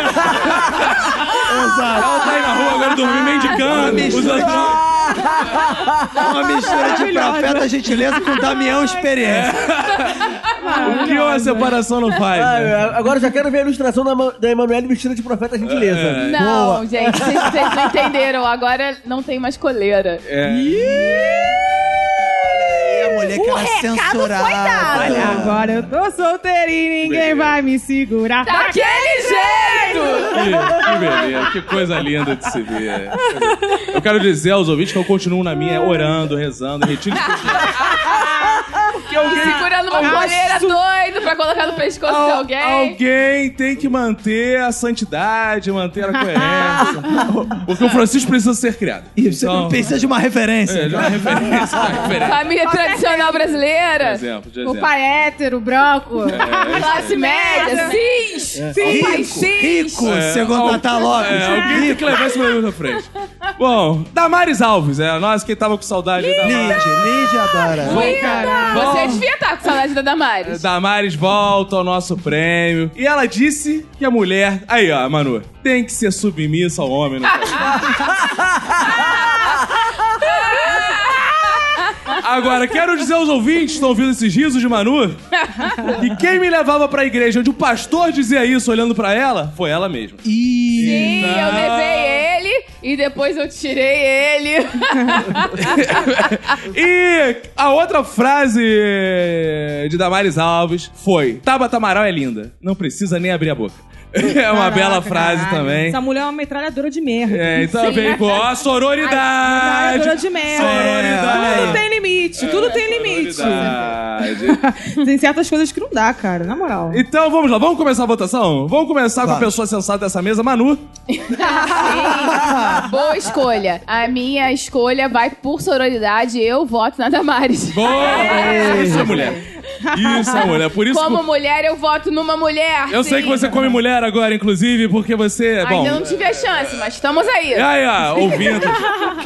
Ela tá aí na rua agora dormindo, mendicando, usando... É Uma mistura de profeta gentileza com Damião experiência. O Ah, que uma separação não faz? Ah, né? eu- agora eu já quero ver a ilustração da, Ma- da Emanuele vestida de profeta gentileza. É, Não, gente, vocês vocês não entenderam. Agora não tem mais coleira. é. E a mulher que era censurada. Olha, agora eu tô solteirinho, ninguém vai me segurar. Tá Daquele jeito! Que, que beleza, que coisa linda de se ver. Eu quero dizer aos ouvintes que eu continuo na minha orando, rezando, retiro de Tá Segurando uma coleira doido pra colocar no pescoço de Al- alguém. Alguém tem que manter a santidade, manter a coerência. Porque o Francisco precisa ser criado. E você Então, precisa de uma referência. é, de uma referência, uma referência. Família tradicional Por brasileira. exemplo, de O exemplo. pai hétero, branco. Classe média, cis. Rico, rico, É, segundo al- Natal Lopes. É, alguém tem que levar esse problema na frente. Bom, Damares Alves, é, nossa, quem tava com saudade da Damares. Lídia, Lídia adora. Você devia estar com saudade da Damares. Damares volta ao nosso prêmio. E ela disse que a mulher. Aí, ó, Manu, tem que ser submissa ao homem, não pode. Agora, quero dizer aos ouvintes que estão ouvindo esses risos de Manu que quem me levava pra igreja onde o pastor dizia isso olhando pra ela foi ela mesma. É, Sim, eu Não. levei ele e depois eu tirei ele. E a outra frase de Damares Alves foi: Tabata Amaral é linda, não precisa nem abrir a boca. É uma bela frase Caralho, também. Essa mulher é uma metralhadora de merda. É, e também com a Metralhadora sororidade. de merda. Sororidade. É, Tudo tem limite, tudo tem limite. Sororidade. Tem certas coisas que não dá, cara, na moral. Então vamos lá, vamos começar a votação? Vamos começar com a Vamos. pessoa sensata dessa mesa, Manu. Sim, boa escolha. A minha escolha vai por sororidade. Eu voto na Damares. Boa! Isso é mulher. Isso é mulher. Por isso Como que... mulher, eu voto numa mulher. Eu sei sim. que você come mulher agora, inclusive, porque você. Tá Bom. É. Ainda não tive a chance, mas estamos aí. E aí, ó, ouvintas.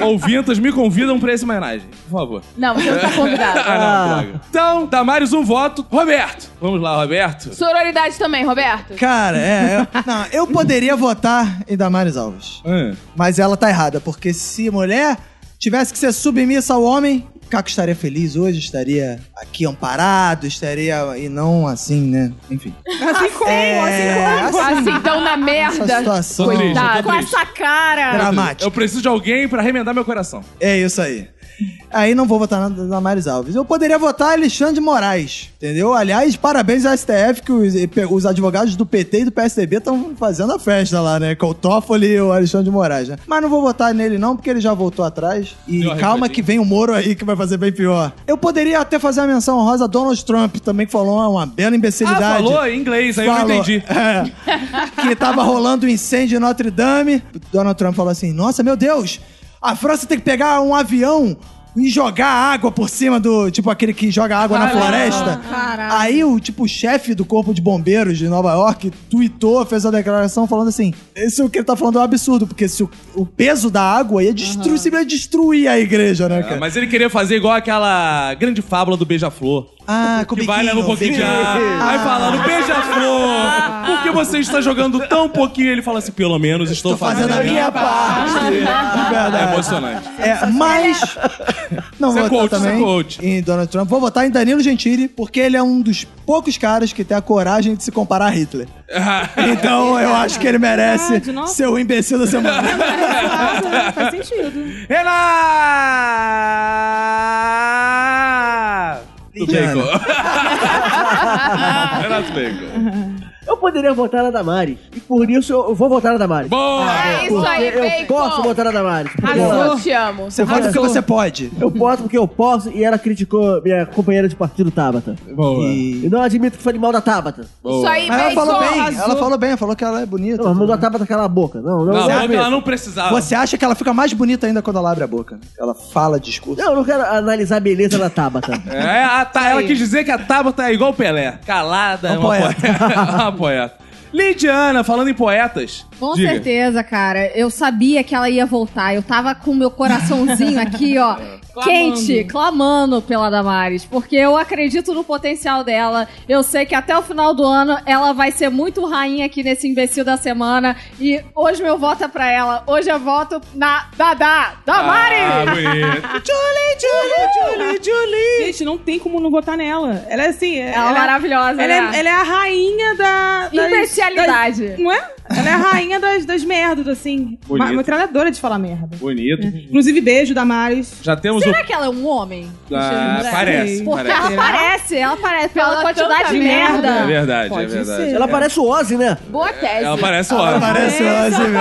ouvintas me convidam pra esse homenagem, por favor. Não, você não tá Ah, convidado. não, droga. Então, dá mais um voto. Roberto. Vamos lá, Roberto. Sororidade também, Roberto. Cara, é. Eu, não, eu poderia votar em Damares Alves. Hum. Mas ela tá errada, porque se mulher tivesse que ser submissa ao homem, Caco estaria feliz hoje, estaria aqui amparado, estaria. E não assim, né? Enfim. Assim como, assim como. Assim, então na É, Essa merda. situação. Tô triste, eu tô Coitado. triste. Dramática. Eu preciso de alguém pra remendar meu coração. É isso aí. Aí não vou votar na Damares Alves. Eu poderia votar Alexandre de Moraes, entendeu? Aliás, parabéns ao STF, que os, os advogados do PT e do PSDB estão fazendo a festa lá, né? Com o Toffoli e o Alexandre de Moraes, né? Mas não vou votar nele não, porque ele já voltou atrás. E Deu uma calma refletir. que vem o Moro aí, que vai fazer bem pior. Eu poderia até fazer a menção honrosa a Donald Trump, também que falou uma, uma bela Ah, imbecilidade. falou em inglês, aí eu não Falou. entendi. É. que tava rolando um incêndio em Notre Dame. Donald Trump falou assim: Nossa, meu Deus, a França tem que pegar um avião e jogar água por cima do. Tipo aquele que joga água na floresta. Aí o tipo o chefe do corpo de bombeiros de Nova York tweetou, fez a declaração falando assim: Isso que ele tá falando é um absurdo, porque se o, o peso da água ia destruir, simplesmente destruir a igreja, né, Ah, cara? mas ele queria fazer igual aquela grande fábula do Beija-Flor. Ah, com Que o vai leva um pouquinho de ar. Ah, Aí fala, no beija-flor, por que você está jogando tão pouquinho? Ele fala assim, pelo menos estou, Tô fazendo a minha parte. É Verdade. emocionante. É, mas. Não Você é vou votar coach, você é também coach. em Donald Trump. Vou votar em Danilo Gentili, porque ele é um dos poucos caras que tem a coragem de se comparar a Hitler. Então eu acho que ele merece Verdade, nossa. ser o imbecil da semana. Faz, faz sentido. Renan! Do Bacon. Renato Bacon. Eu poderia votar na Damares. E por isso eu eu vou votar na Damares. Boa! Ah. É isso aí, eu Bacon. posso votar na Damares. porque ela- Eu te amo. Você vota o que você pode. Eu posso porque eu posso e ela criticou minha companheira de partido Tabata. Boa. E não admito que foi de mal da Tabata. Isso aí, Mas ela falou bem, Bacon. ela falou bem, ela falou que ela é bonita. Ah. Não, mas mandou a Tabata calar a boca. Não, não, Não, não. ela não precisava. Você acha que ela fica mais bonita ainda quando ela abre a boca? Ela fala discurso. Não, eu não quero analisar a beleza da Tabata. É, a Ta- ela quis dizer que a Tabata é igual o Pelé. Calada, é uma poeta. poeta. uma poeta. Lidiana, falando em poetas. Com diga. certeza, cara. Eu sabia que ela ia voltar. Eu tava com o meu coraçãozinho aqui, ó, quente, clamando pela Damares. Porque eu acredito no potencial dela. Eu sei que até o final do ano ela vai ser muito rainha aqui nesse imbecil da semana. E hoje meu voto é pra ela. Hoje eu voto na Dadá Ah, Damares! bonito. Gente, não tem como não votar nela. Ela é assim. ela é maravilhosa, Ela né? é, ela é a rainha da. das- Imbecilidade. das- não é? Ela é a rainha das, das merdas, assim. Bonito. Uma, uma treinadora de falar merda. Bonito. Inclusive, beijo, Damares. Já temos Será que ela é um homem? o. Ah, parece, Porque parece. ela parece, ela parece pela Fala quantidade tanta de merda. É verdade, é Pode verdade. ser. Ela parece o Ozzy, né? Boa tese. Ela parece o É. Ela Ozzy. parece Ozzy, mesmo.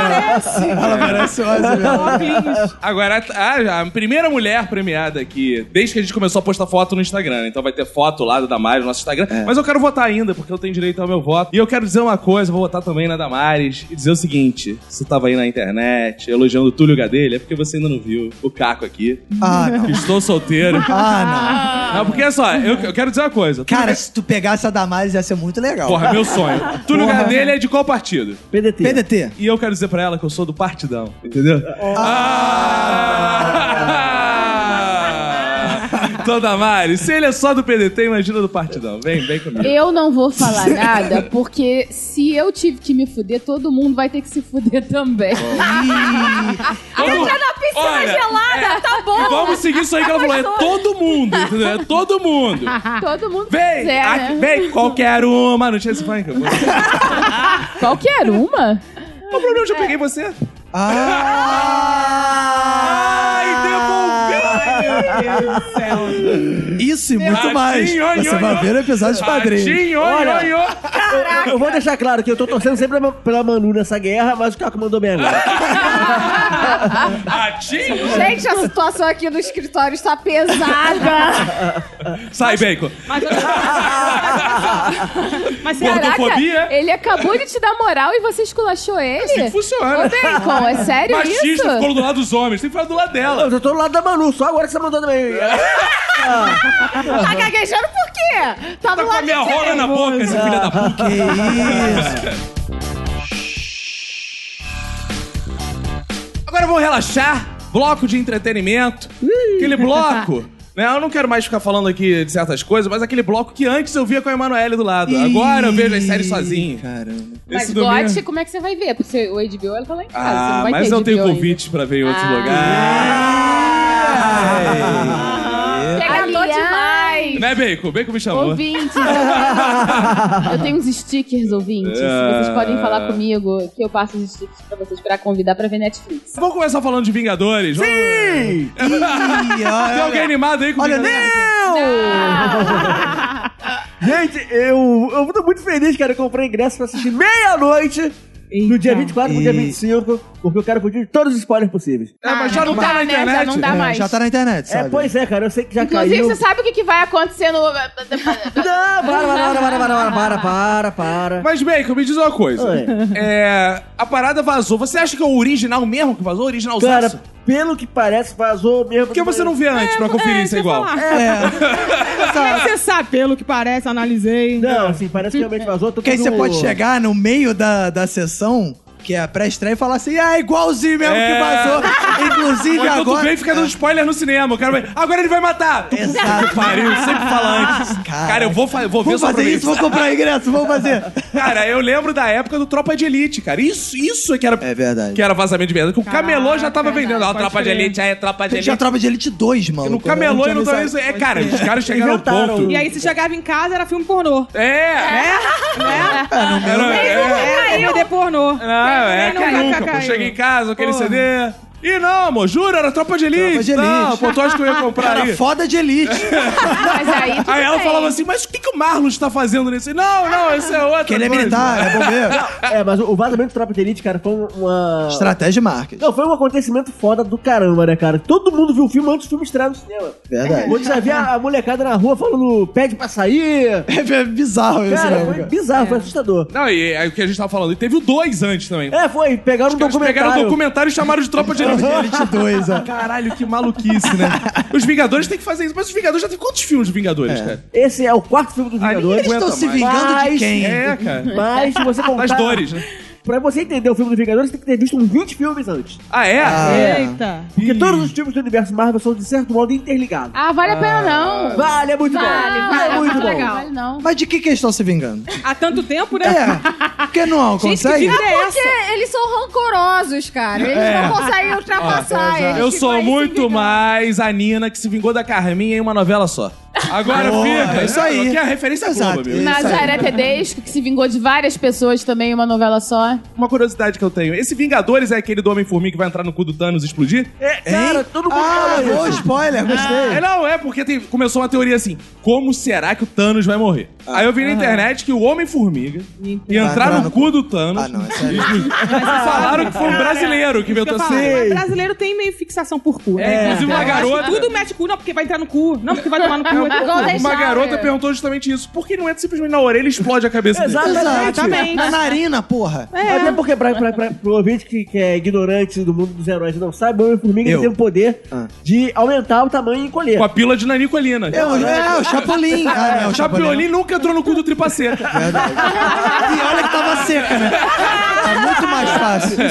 Ela parece Ozzy, mesmo. Óculos. Agora, a, a primeira mulher premiada aqui, desde que a gente começou a postar foto no Instagram, né? então vai ter foto lá da Damares no nosso Instagram. Mas eu quero votar ainda, porque eu tenho direito ao meu voto. E eu quero dizer uma coisa, vou votar também na Damares e dizer o seguinte: você tava aí na internet elogiando o Túlio Gadelha, é porque você ainda não viu o Caco aqui. Ah, não. que Estou solteiro. Ah, não. Não, porque é só, eu, eu quero dizer uma coisa. Túlio Cara, Ga- se tu pegasse a Damares ia ser muito legal. porra, meu sonho. Túlio Gadelha é de qual partido? PDT. PDT. E eu quero dizer pra ela que eu sou do partidão, entendeu? Ah! Então, Damari, se ele é só do PDT, imagina do partidão. Vem, vem comigo. Eu não vou falar nada, porque se eu tive que me fuder, todo mundo vai ter que se fuder também. Vamos- tá Olha, é, gelada, tá bom. Vamos seguir isso aí que ela falou. É todo mundo, entendeu? É todo mundo. Todo mundo Vem! quiser, aqui- né? vem, qualquer uma. Não tinha esse funk? Qual Qualquer uma. o problema? Eu já peguei você. Ah! Ai, devolveu! Isso e muito Ratinho, mais. oi, Você oi, vai oi. ver o episódio de padrinho. Ratinho, oi, Olha. oi, oi. Eu vou deixar claro que eu tô torcendo sempre pela- pela Manu nessa guerra, mas o Caco mandou bem agora. Ratinho! Gente, a situação aqui no escritório está pesada. Sai, Bacon. Mas será? Gordofobia? ele acabou de te dar moral e você esculachou ele? Assim que funciona. Ô, Bacon, é sério isso? Machista ficou do lado dos homens, tem que falar do lado dela. Eu tô do lado da Manu, só agora que você mandou também. Tá gaguejando por quê? Tá Tá do com a lado de minha rola na boca, esse filho da puta. Que isso. Agora vamos relaxar. Bloco de entretenimento. Aquele bloco. Né, eu não quero mais ficar falando aqui de certas coisas, mas aquele bloco que antes eu via com a Emanuele do lado. Agora eu vejo as séries sozinho. Caramba. Mas Gotti, como é que você vai ver? Porque o HBO ela tá lá em casa. você não Ah, vai mas ter eu tenho HBO ainda. convite pra ver em outros Ah. lugares. Pegador Aliás, demais. Né, Bacon? Bacon me chamou. Ouvintes, eu tenho- eu tenho uns stickers, ouvintes. Ah. Vocês podem falar comigo que eu passo os stickers pra vocês pra convidar pra ver Netflix. Vamos começar falando de Vingadores? Sim! Ih, Tem alguém olha, animado aí com olha, né? Vingadores? Gente, eu, eu tô muito feliz, cara. Eu comprei ingresso pra assistir meia-noite. No dia 24 pro dia E- 25, porque eu quero pedir todos os spoilers possíveis. É, mas já não, tá na né? Já internet. não dá é, mais. já tá na internet, É, sabe? pois é, cara, eu sei que já Inclusive, caiu. você sabe o que, que vai acontecer no. Não, para, para, para, para, para, para, para, para. Mas, Bacon, me diz uma coisa. Oi. É, a parada vazou. Você acha que é o original mesmo que vazou? O original Cara, pelo que parece, vazou mesmo. Por que você não vê antes pra conferir se é igual? Como é que você sabe? Pelo que parece, analisei. Não, assim, parece que realmente vazou. Porque aí você pode chegar no meio da, da sessão, que é a pré-estreia, e falar assim, ah, é igualzinho mesmo É. que vazou. Inclusive Ou então tu agora. É. vem e fica dando spoiler no cinema. O cara vai. Agora ele vai matar! Tu- Exato. que Pariu, sempre fala antes. Cara. Cara, eu vou, fa- vou ver Vou só pra fazer ver isso, vou comprar ingresso, vou fazer. Cara, eu lembro da época do Tropa de Elite, cara. Isso, isso é que era. É verdade. Que era vazamento de verdade. Que o camelô já tava vendendo. Ó, Tropa de Elite, aí é Tropa de Tem já Elite. Tropa de Elite 2, mano. No Quando camelô e eu no não tinha Doris. É, cara, os caras chegaram ao Inventaram. ponto. E aí, se chegava em casa, era filme pornô. É! É! Era- é. É, DVD pornô. Não, é, Quem cara, nunca nunca, pô. caiu? Chega em casa, aquele CD. Ih, não, amor, jura, era Tropa de Elite. Tropa de Não, Elite. pô, tu acha que eu ia comprar Era aí? foda de Elite. Mas aí. tudo Aí ela bem. falava assim, mas o que, que o Marlon está fazendo nesse? Não, não, esse é outro. que ele é militar, é bombeiro. É, mas o vazamento do Tropa de Elite, cara, foi uma... Estratégia de marketing. Não, foi um acontecimento foda do caramba, né, cara? Todo mundo viu o filme antes do filme estrear no cinema. Verdade. Onde já via a molecada na rua falando, pede pra sair. É bizarro isso, Cara, né, foi cara? bizarro, foi assustador. Não, e aí o que a gente tava falando, e teve o dois antes também. É, foi, pegaram um Os caras pegaram o documentário. documentário e chamaram de Tropa de Elite. Tropa de Elite é. 2, ó. Caralho, que maluquice, né? Os Vingadores têm que fazer isso. Mas os Vingadores já tem quantos filmes de Vingadores, cara? Esse é o quarto filme do Ah, ninguém Vingadores. Eles estão se mais. vingando de Mas- quem? É, cara. Mas se você contar... Das dores, né? Pra você entender o filme do Vingadores, você tem que ter visto uns 20 filmes antes. Ah, é? Ah, Eita. Porque todos os filmes do universo Marvel são, de certo modo, interligados. Ah, vale a pena não. Vale, é muito Vale, bom. vale, é muito vale, bom. legal. Vale não. Mas de que que eles estão se vingando? Há tanto tempo, né? É, porque não Gente, que consegue. vida é essa? Porque eles são rancorosos, cara. Eles não conseguem ultrapassar. eles Eu ficam sou aí se muito vingando. mais a Nina que se vingou da Carminha em uma novela só. Agora Boa, fica. é isso aí. Que é a referência é Globo, Exato. meu. Isso aí. Nazaré Tedesco, que se vingou de várias pessoas também em uma novela só. Uma curiosidade que eu tenho. Esse Vingadores é aquele do Homem-Formiga que vai entrar no cu do Thanos e explodir? É, Hein? cara, todo mundo Ah, fala isso. bom spoiler, gostei. É, não, é porque tem- começou uma teoria assim: como será que o Thanos vai morrer? Aí eu vi na internet que o Homem-Formiga ia Ah. Vai entrar no cu do Thanos. Ah, não, é sério. E falaram que foi um brasileiro que inventou Eu essa falo, teoria. mas brasileiro tem meio fixação por cu. É, né? inclusive uma Eu acho que garota- Tudo mete cu, não, porque vai entrar no cu. Não, porque vai tomar no cu. Golden Uma Shower. garota perguntou justamente isso. Por que não entra simplesmente na orelha e explode a cabeça dele? Exatamente. Na narina, porra. Até porque, pra, pra, pra, pro ouvinte que, que é ignorante do mundo dos heróis e não sabe, o Homem-Formiga Eu. tem o poder Ah. de aumentar o tamanho e encolher. Com a pila de nanicolina. É, o, é, o Chapolin. Ah, não, é o Chapolin Chapolin. nunca entrou no cu do Tripaceta. E olha que tava seca, né? É muito mais fácil.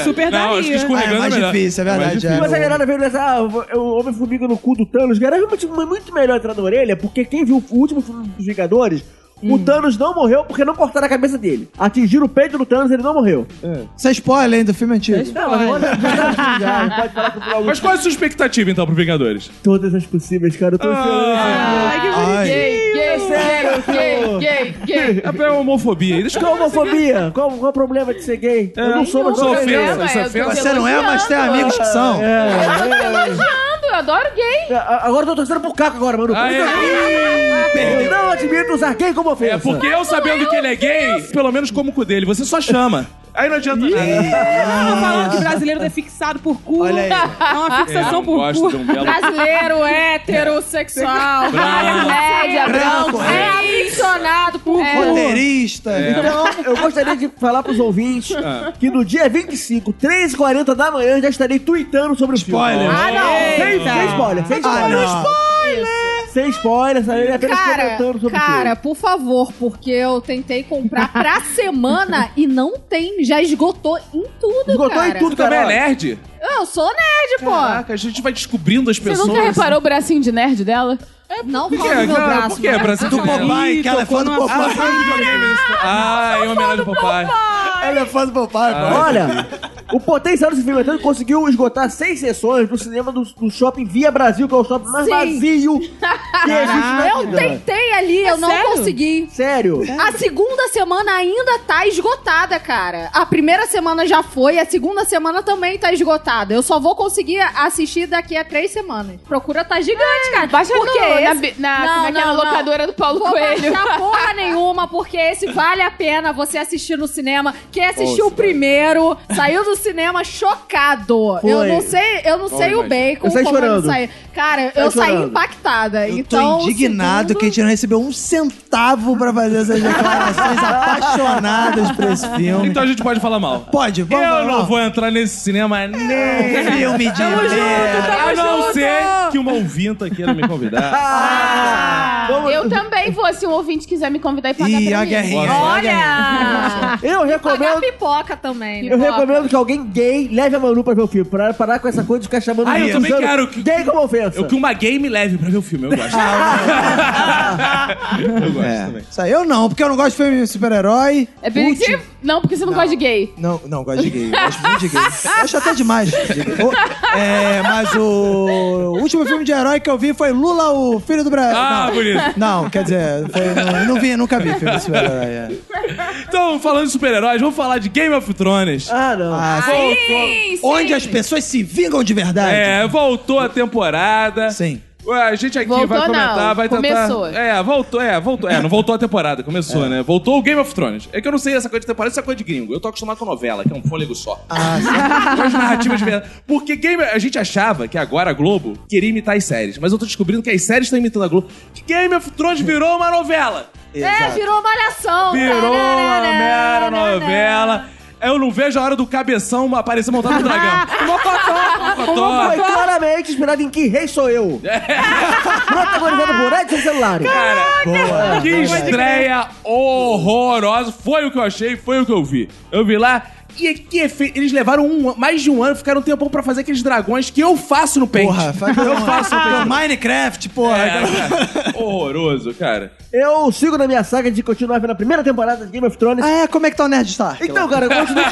Super Não, acho que daria. Ah, é escorregando mais é melhor. difícil, é verdade. Mais é. Mas a galera veio nessa, ah, o Homem-Formiga no cu do Thanos, cara, é realmente uma- muito melhor entrar na orelha, porque quem viu o último filme dos Vingadores, o Thanos não morreu porque não cortaram a cabeça dele. Atingiram o peito do Thanos, ele não morreu. Isso é spoiler, hein, do filme antigo. Não, mas agora já, já pode falar com o Paulo. Mas qual é a sua expectativa, então, pro Vingadores? Ah, Todas as possíveis, cara, eu tô ansioso. Ai, que Ai, Gay, gay, Sério, gay, gay, gay. É pra homofobia. Eles Qual a homofobia? Qual, qual o problema de ser gay? É, eu não sou, mas sou eu ofensa, sou. isso é eu tô ofensa. você não é, mas tem elogiando. amigos que são. É. Eu tô elogiando, eu adoro gay. É, a- Agora eu tô torcendo pro Caco agora, mano. Ah, Eu não admito usar gay como ofensa. É porque eu sabendo que ele é gay, pelo menos como o cu dele, você só chama. Aí não adianta nada. Tava falando que brasileiro é fixado por cu. Olha aí. É uma Eu fixação não por gosto cu. de um belo. Brasileiro, heterossexual, Branco. média, Branco, branco, é aficionado por É. Roteirista. É. Então, eu gostaria de falar pros ouvintes Ah. que no dia 25, 3h40 da manhã, já estarei tweetando sobre o Spoiler. filme. Ah, não! Sem, sem spoiler, sem Ah, spoiler. não. sem spoiler, estarei apenas Cara, comentando sobre cara, por favor, porque eu tentei comprar pra semana e não tem. Já esgotou em tudo, o filme. Botou cara. em tudo Tu também é cara. nerd? Eu sou nerd, pô. Caraca, a gente vai descobrindo as Você pessoas. nunca reparou o bracinho de nerd dela? Não Por que, rola no meu cara? braço. Por que, mano. Brasil? Do Popeye, que ela é fã do Ah, Popeye. foi um videogame nesse- Ah, em homenagem ao Popeye. Ela é fã do Popeye, Ah. pô. Olha, o potencial desse filme é tanto que conseguiu esgotar seis sessões do cinema do, do shopping Via Brasil, que é o shopping mais Sim. vazio que existe na Eu vida. tentei ali, É eu não consegui. Sério. A segunda semana ainda tá esgotada, cara. A primeira semana já foi, a segunda semana também tá esgotada. Eu só vou conseguir assistir daqui a três semanas. Procura tá gigante, cara. É, Baixa Porque no, na, esse- bi- na, Não, como é que é? na não, não. locadora do Paulo Vou Coelho. baixar porra nenhuma, porque esse vale a pena você assistir no cinema. Quem assistiu o primeiro saiu do cinema chocado. Foi. Eu não sei, eu não sei o bacon Eu saí como chorando. ele saiu. Cara, Saí eu saí chorando. impactada. Eu então, tô indignado segundo- que a gente não recebeu um centavo pra fazer essas declarações apaixonadas pra esse filme. Então a gente pode falar mal. Pode, vamos Eu vamos, não vamos. É, vou entrar nesse cinema nem. Filme de merda. né? A não ser que uma ouvinta queira me convidar. Ah, Vamos- Eu também vou, se um ouvinte quiser me convidar e pagar Ih, pra a mim. guerrinha. Olha! Eu Pagar recomendo. pipoca também. né? Eu recomendo que alguém gay leve a Manu pra ver o filme. Pra parar com essa coisa de ficar chamando Ah, eu os também anos quero que- gay como ofensa. Eu que um- uma game leve pra ver o filme, eu gosto. eu gosto Ah, É, também. isso aí eu não, porque eu não gosto de filme de super-herói. É permitido? Não, porque você não, gosta de gay. Não, não, gosto de gay. eu Gosto muito de gay. Eu Acho até demais. de gay. O- é, mas o último filme de herói que eu vi foi Lula, o filho do Brasil. Ah, não. bonito. Não, quer dizer, foi- não, não vi, nunca vi filme de super-herói. é. Então, falando de super-heróis, vamos falar de Game of Thrones. Ah, não. Ah, Onde as pessoas se vingam de verdade. É, voltou a temporada. Sim. Ué, A gente aqui Voltou, vai comentar, não. vai tentar. Começou. É, voltou, é, voltou. É, não voltou a temporada, começou, É. né? Voltou o Game of Thrones. É que eu não sei essa coisa de temporada, essa coisa de gringo. Eu tô acostumado com novela, que é um fôlego só. Ah, sim. Com as narrativas de verdade. Porque Game, a gente achava que agora a Globo queria imitar as séries, mas eu tô descobrindo que as séries estão imitando a Globo. Que Game of Thrones virou uma novela. É, virou malhação. Virou uma Tararara, mera tararara. novela. Eu não vejo a hora do cabeção aparecer montado no dragão. Mocotó! Foi Mocotó! claramente inspirado em Que Rei Sou Eu. Protagonizado por Edson Celular. Cara, Boa. que estreia horrorosa. Foi o que eu achei, foi o que eu vi. Eu vi lá. E que efe- eles levaram um an- mais de um ano, ficaram um tempão pra fazer aqueles dragões que eu faço no Paint. Porra, faz- um eu faço no Paint. Minecraft, porra. É, cara, horroroso, cara. Eu sigo na minha saga de continuar vendo a primeira temporada de Game of Thrones. Ah, é, como é que tá o Nerd Star? Então, cara, eu continuo...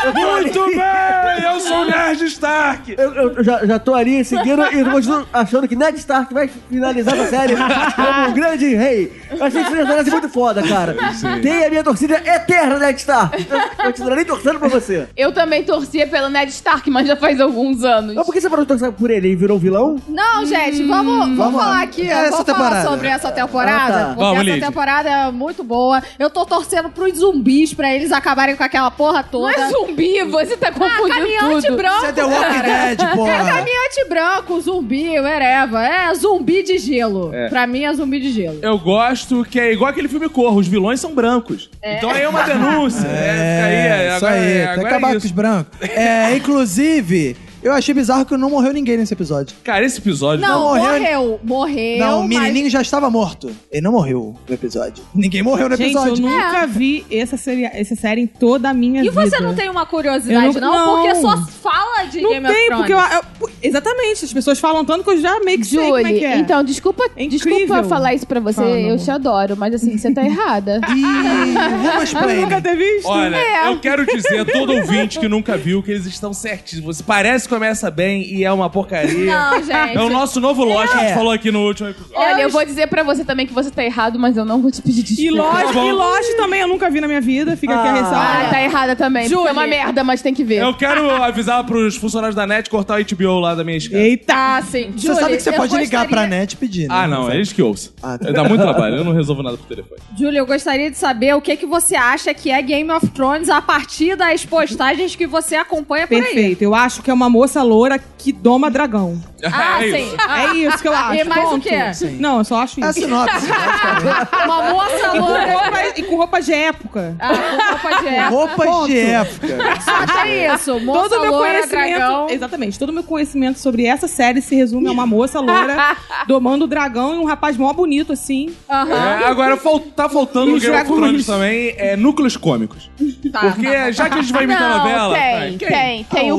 Eu tô ali- Muito bem! Eu sou o Nerd Stark! Eu, eu já, já tô ali seguindo e continuo achando que Ned Stark vai finalizar essa série como um grande rei. Eu achei que essa série muito foda, cara. Tem a minha torcida eterna, Ned Stark. Eu continuarei torcendo pra você. Eu também torcia pelo Ned Stark, mas já faz alguns anos. Mas por que você parou de torcer por ele e virou vilão? Não, gente, vamos, vamos, vamos lá. falar aqui. É essa vamos temporada. falar sobre essa temporada. Ah, tá. Porque Vamos, essa Lidia. temporada é muito boa. Eu tô torcendo pros zumbis pra eles acabarem com aquela porra Não toda. é zumbi, você tá confundindo caminhante tudo. branco. Você é The Walking Dead, É porra. caminhante branco, zumbi, whatever. É zumbi de gelo. Pra mim é zumbi de gelo. Eu gosto que é igual aquele filme Corra, os vilões são brancos. Então aí é uma denúncia. É, isso aí. Tem que acabar com os brancos. É, inclusive, eu achei bizarro que não morreu ninguém nesse episódio. Cara, esse episódio... Não, morreu. morreu. Morreu. não, o mas- menininho já estava morto. Ele não morreu no episódio. Ninguém morreu no Gente, episódio. eu nunca vi essa série, essa série em toda a minha É. E vida. você não tem uma é. Eu curiosidade, nunca- não, não. Porque só fala de Não Game of tem, Thrones. porque eu, eu- Exatamente, as pessoas falam tanto que eu já meio que sei como é Julie, que é. então, desculpa, É incrível. desculpa falar isso pra você, Fala, meu eu te adoro, mas assim, você tá errada. Ih, Eu nunca mansplaining. ter visto? Olha, é. eu quero dizer a todo ouvinte que nunca viu que eles estão certíssimos. Você parece que começa bem e é uma porcaria. Não, gente. É o nosso novo Lost que a gente falou aqui no último episódio. Olha, eu vou dizer pra você também que você tá errado, mas eu não vou te pedir E tá desculpa. Lost, e Lost também eu nunca vi na minha vida, fica aqui a ressalva. Ah, tá errada também. porque Julie. É uma merda, mas tem que ver. Eu quero avisar pros funcionários da NET cortar o HBO lá da minha escada. Eita! Ah, sim. Você sabe que você pode ligar pra gostaria- net e pedir, né? Ah, não, é eles que ouçam. Ah, tá. Dá muito trabalho, eu não resolvo nada por telefone. Júlia, eu gostaria de saber o que, que você acha que é Game of Thrones a partir das postagens que você acompanha por aí. Perfeito. Eu acho que é uma moça loura que doma dragão. Ah, É sim. isso. É isso que eu acho. E mais o ponto. quê? Não, eu só acho É a isso. sinopse. basicamente. Ah, Uma moça E com loura. roupas- E com roupas de época. Ah, com roupa de época. Roupas de época. Só tem isso. Moça todo o meu loura, conhecimento. né, dragão. Exatamente. Todo o meu conhecimento sobre essa série se resume a uma moça loura domando o dragão e um rapaz mó bonito, assim. Aham. É, agora fal- tá faltando E no os Game of dragões. Thrones também é núcleos cômicos. Tá, Porque já que a gente vai imitar Não, novela. tem, tá, tem. Tem Ah, o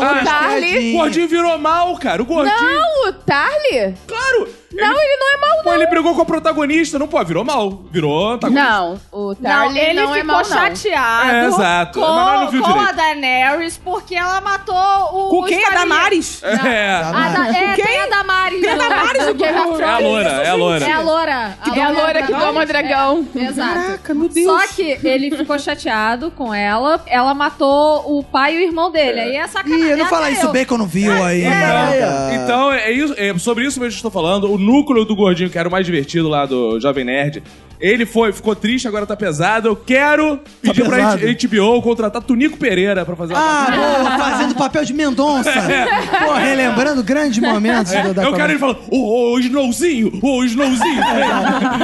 Tyrion, o ah, Tarly. O gordinho virou mal, cara. O gordinho. Não, o Tarly? Claro! Não, ele não é mal, Pô, ele brigou com a protagonista. Não, pô, virou mal. Virou antagonista. não. Não, o Não, Tarly ele não, é ficou mal, não. chateado É, exato. com, Mas não viu com direito. a Daenerys porque ela matou o. Com os quem é família- Damaris? Ah, É. Tá A da, é, tem a Damaris. Tem a Damaris do Game of É a loura, é a loura. É a loura. É a loura que toma dragão. É, exato. Caraca, meu Deus. Só que ele ficou chateado com ela. Ela matou o pai e o irmão dele. Aí é sacanagem. Ih, não fala Até isso, eu. Bacon não viu aí. né? Então, então, é, isso, é sobre isso mesmo que eu estou falando. O núcleo do gordinho, que era o mais divertido lá do Jovem Nerd. Ele foi, ficou triste, agora tá pesado. Eu quero pedir pra Tá pesado. HBO contratar Tunico Pereira pra fazer uma Ah, boa, fazendo papel de Mendonça. Pô, relembrando grandes momentos da, É. da Eu quero comédia. ele falando, ô, ô, ô, Snowzinho, ô, Snowzinho.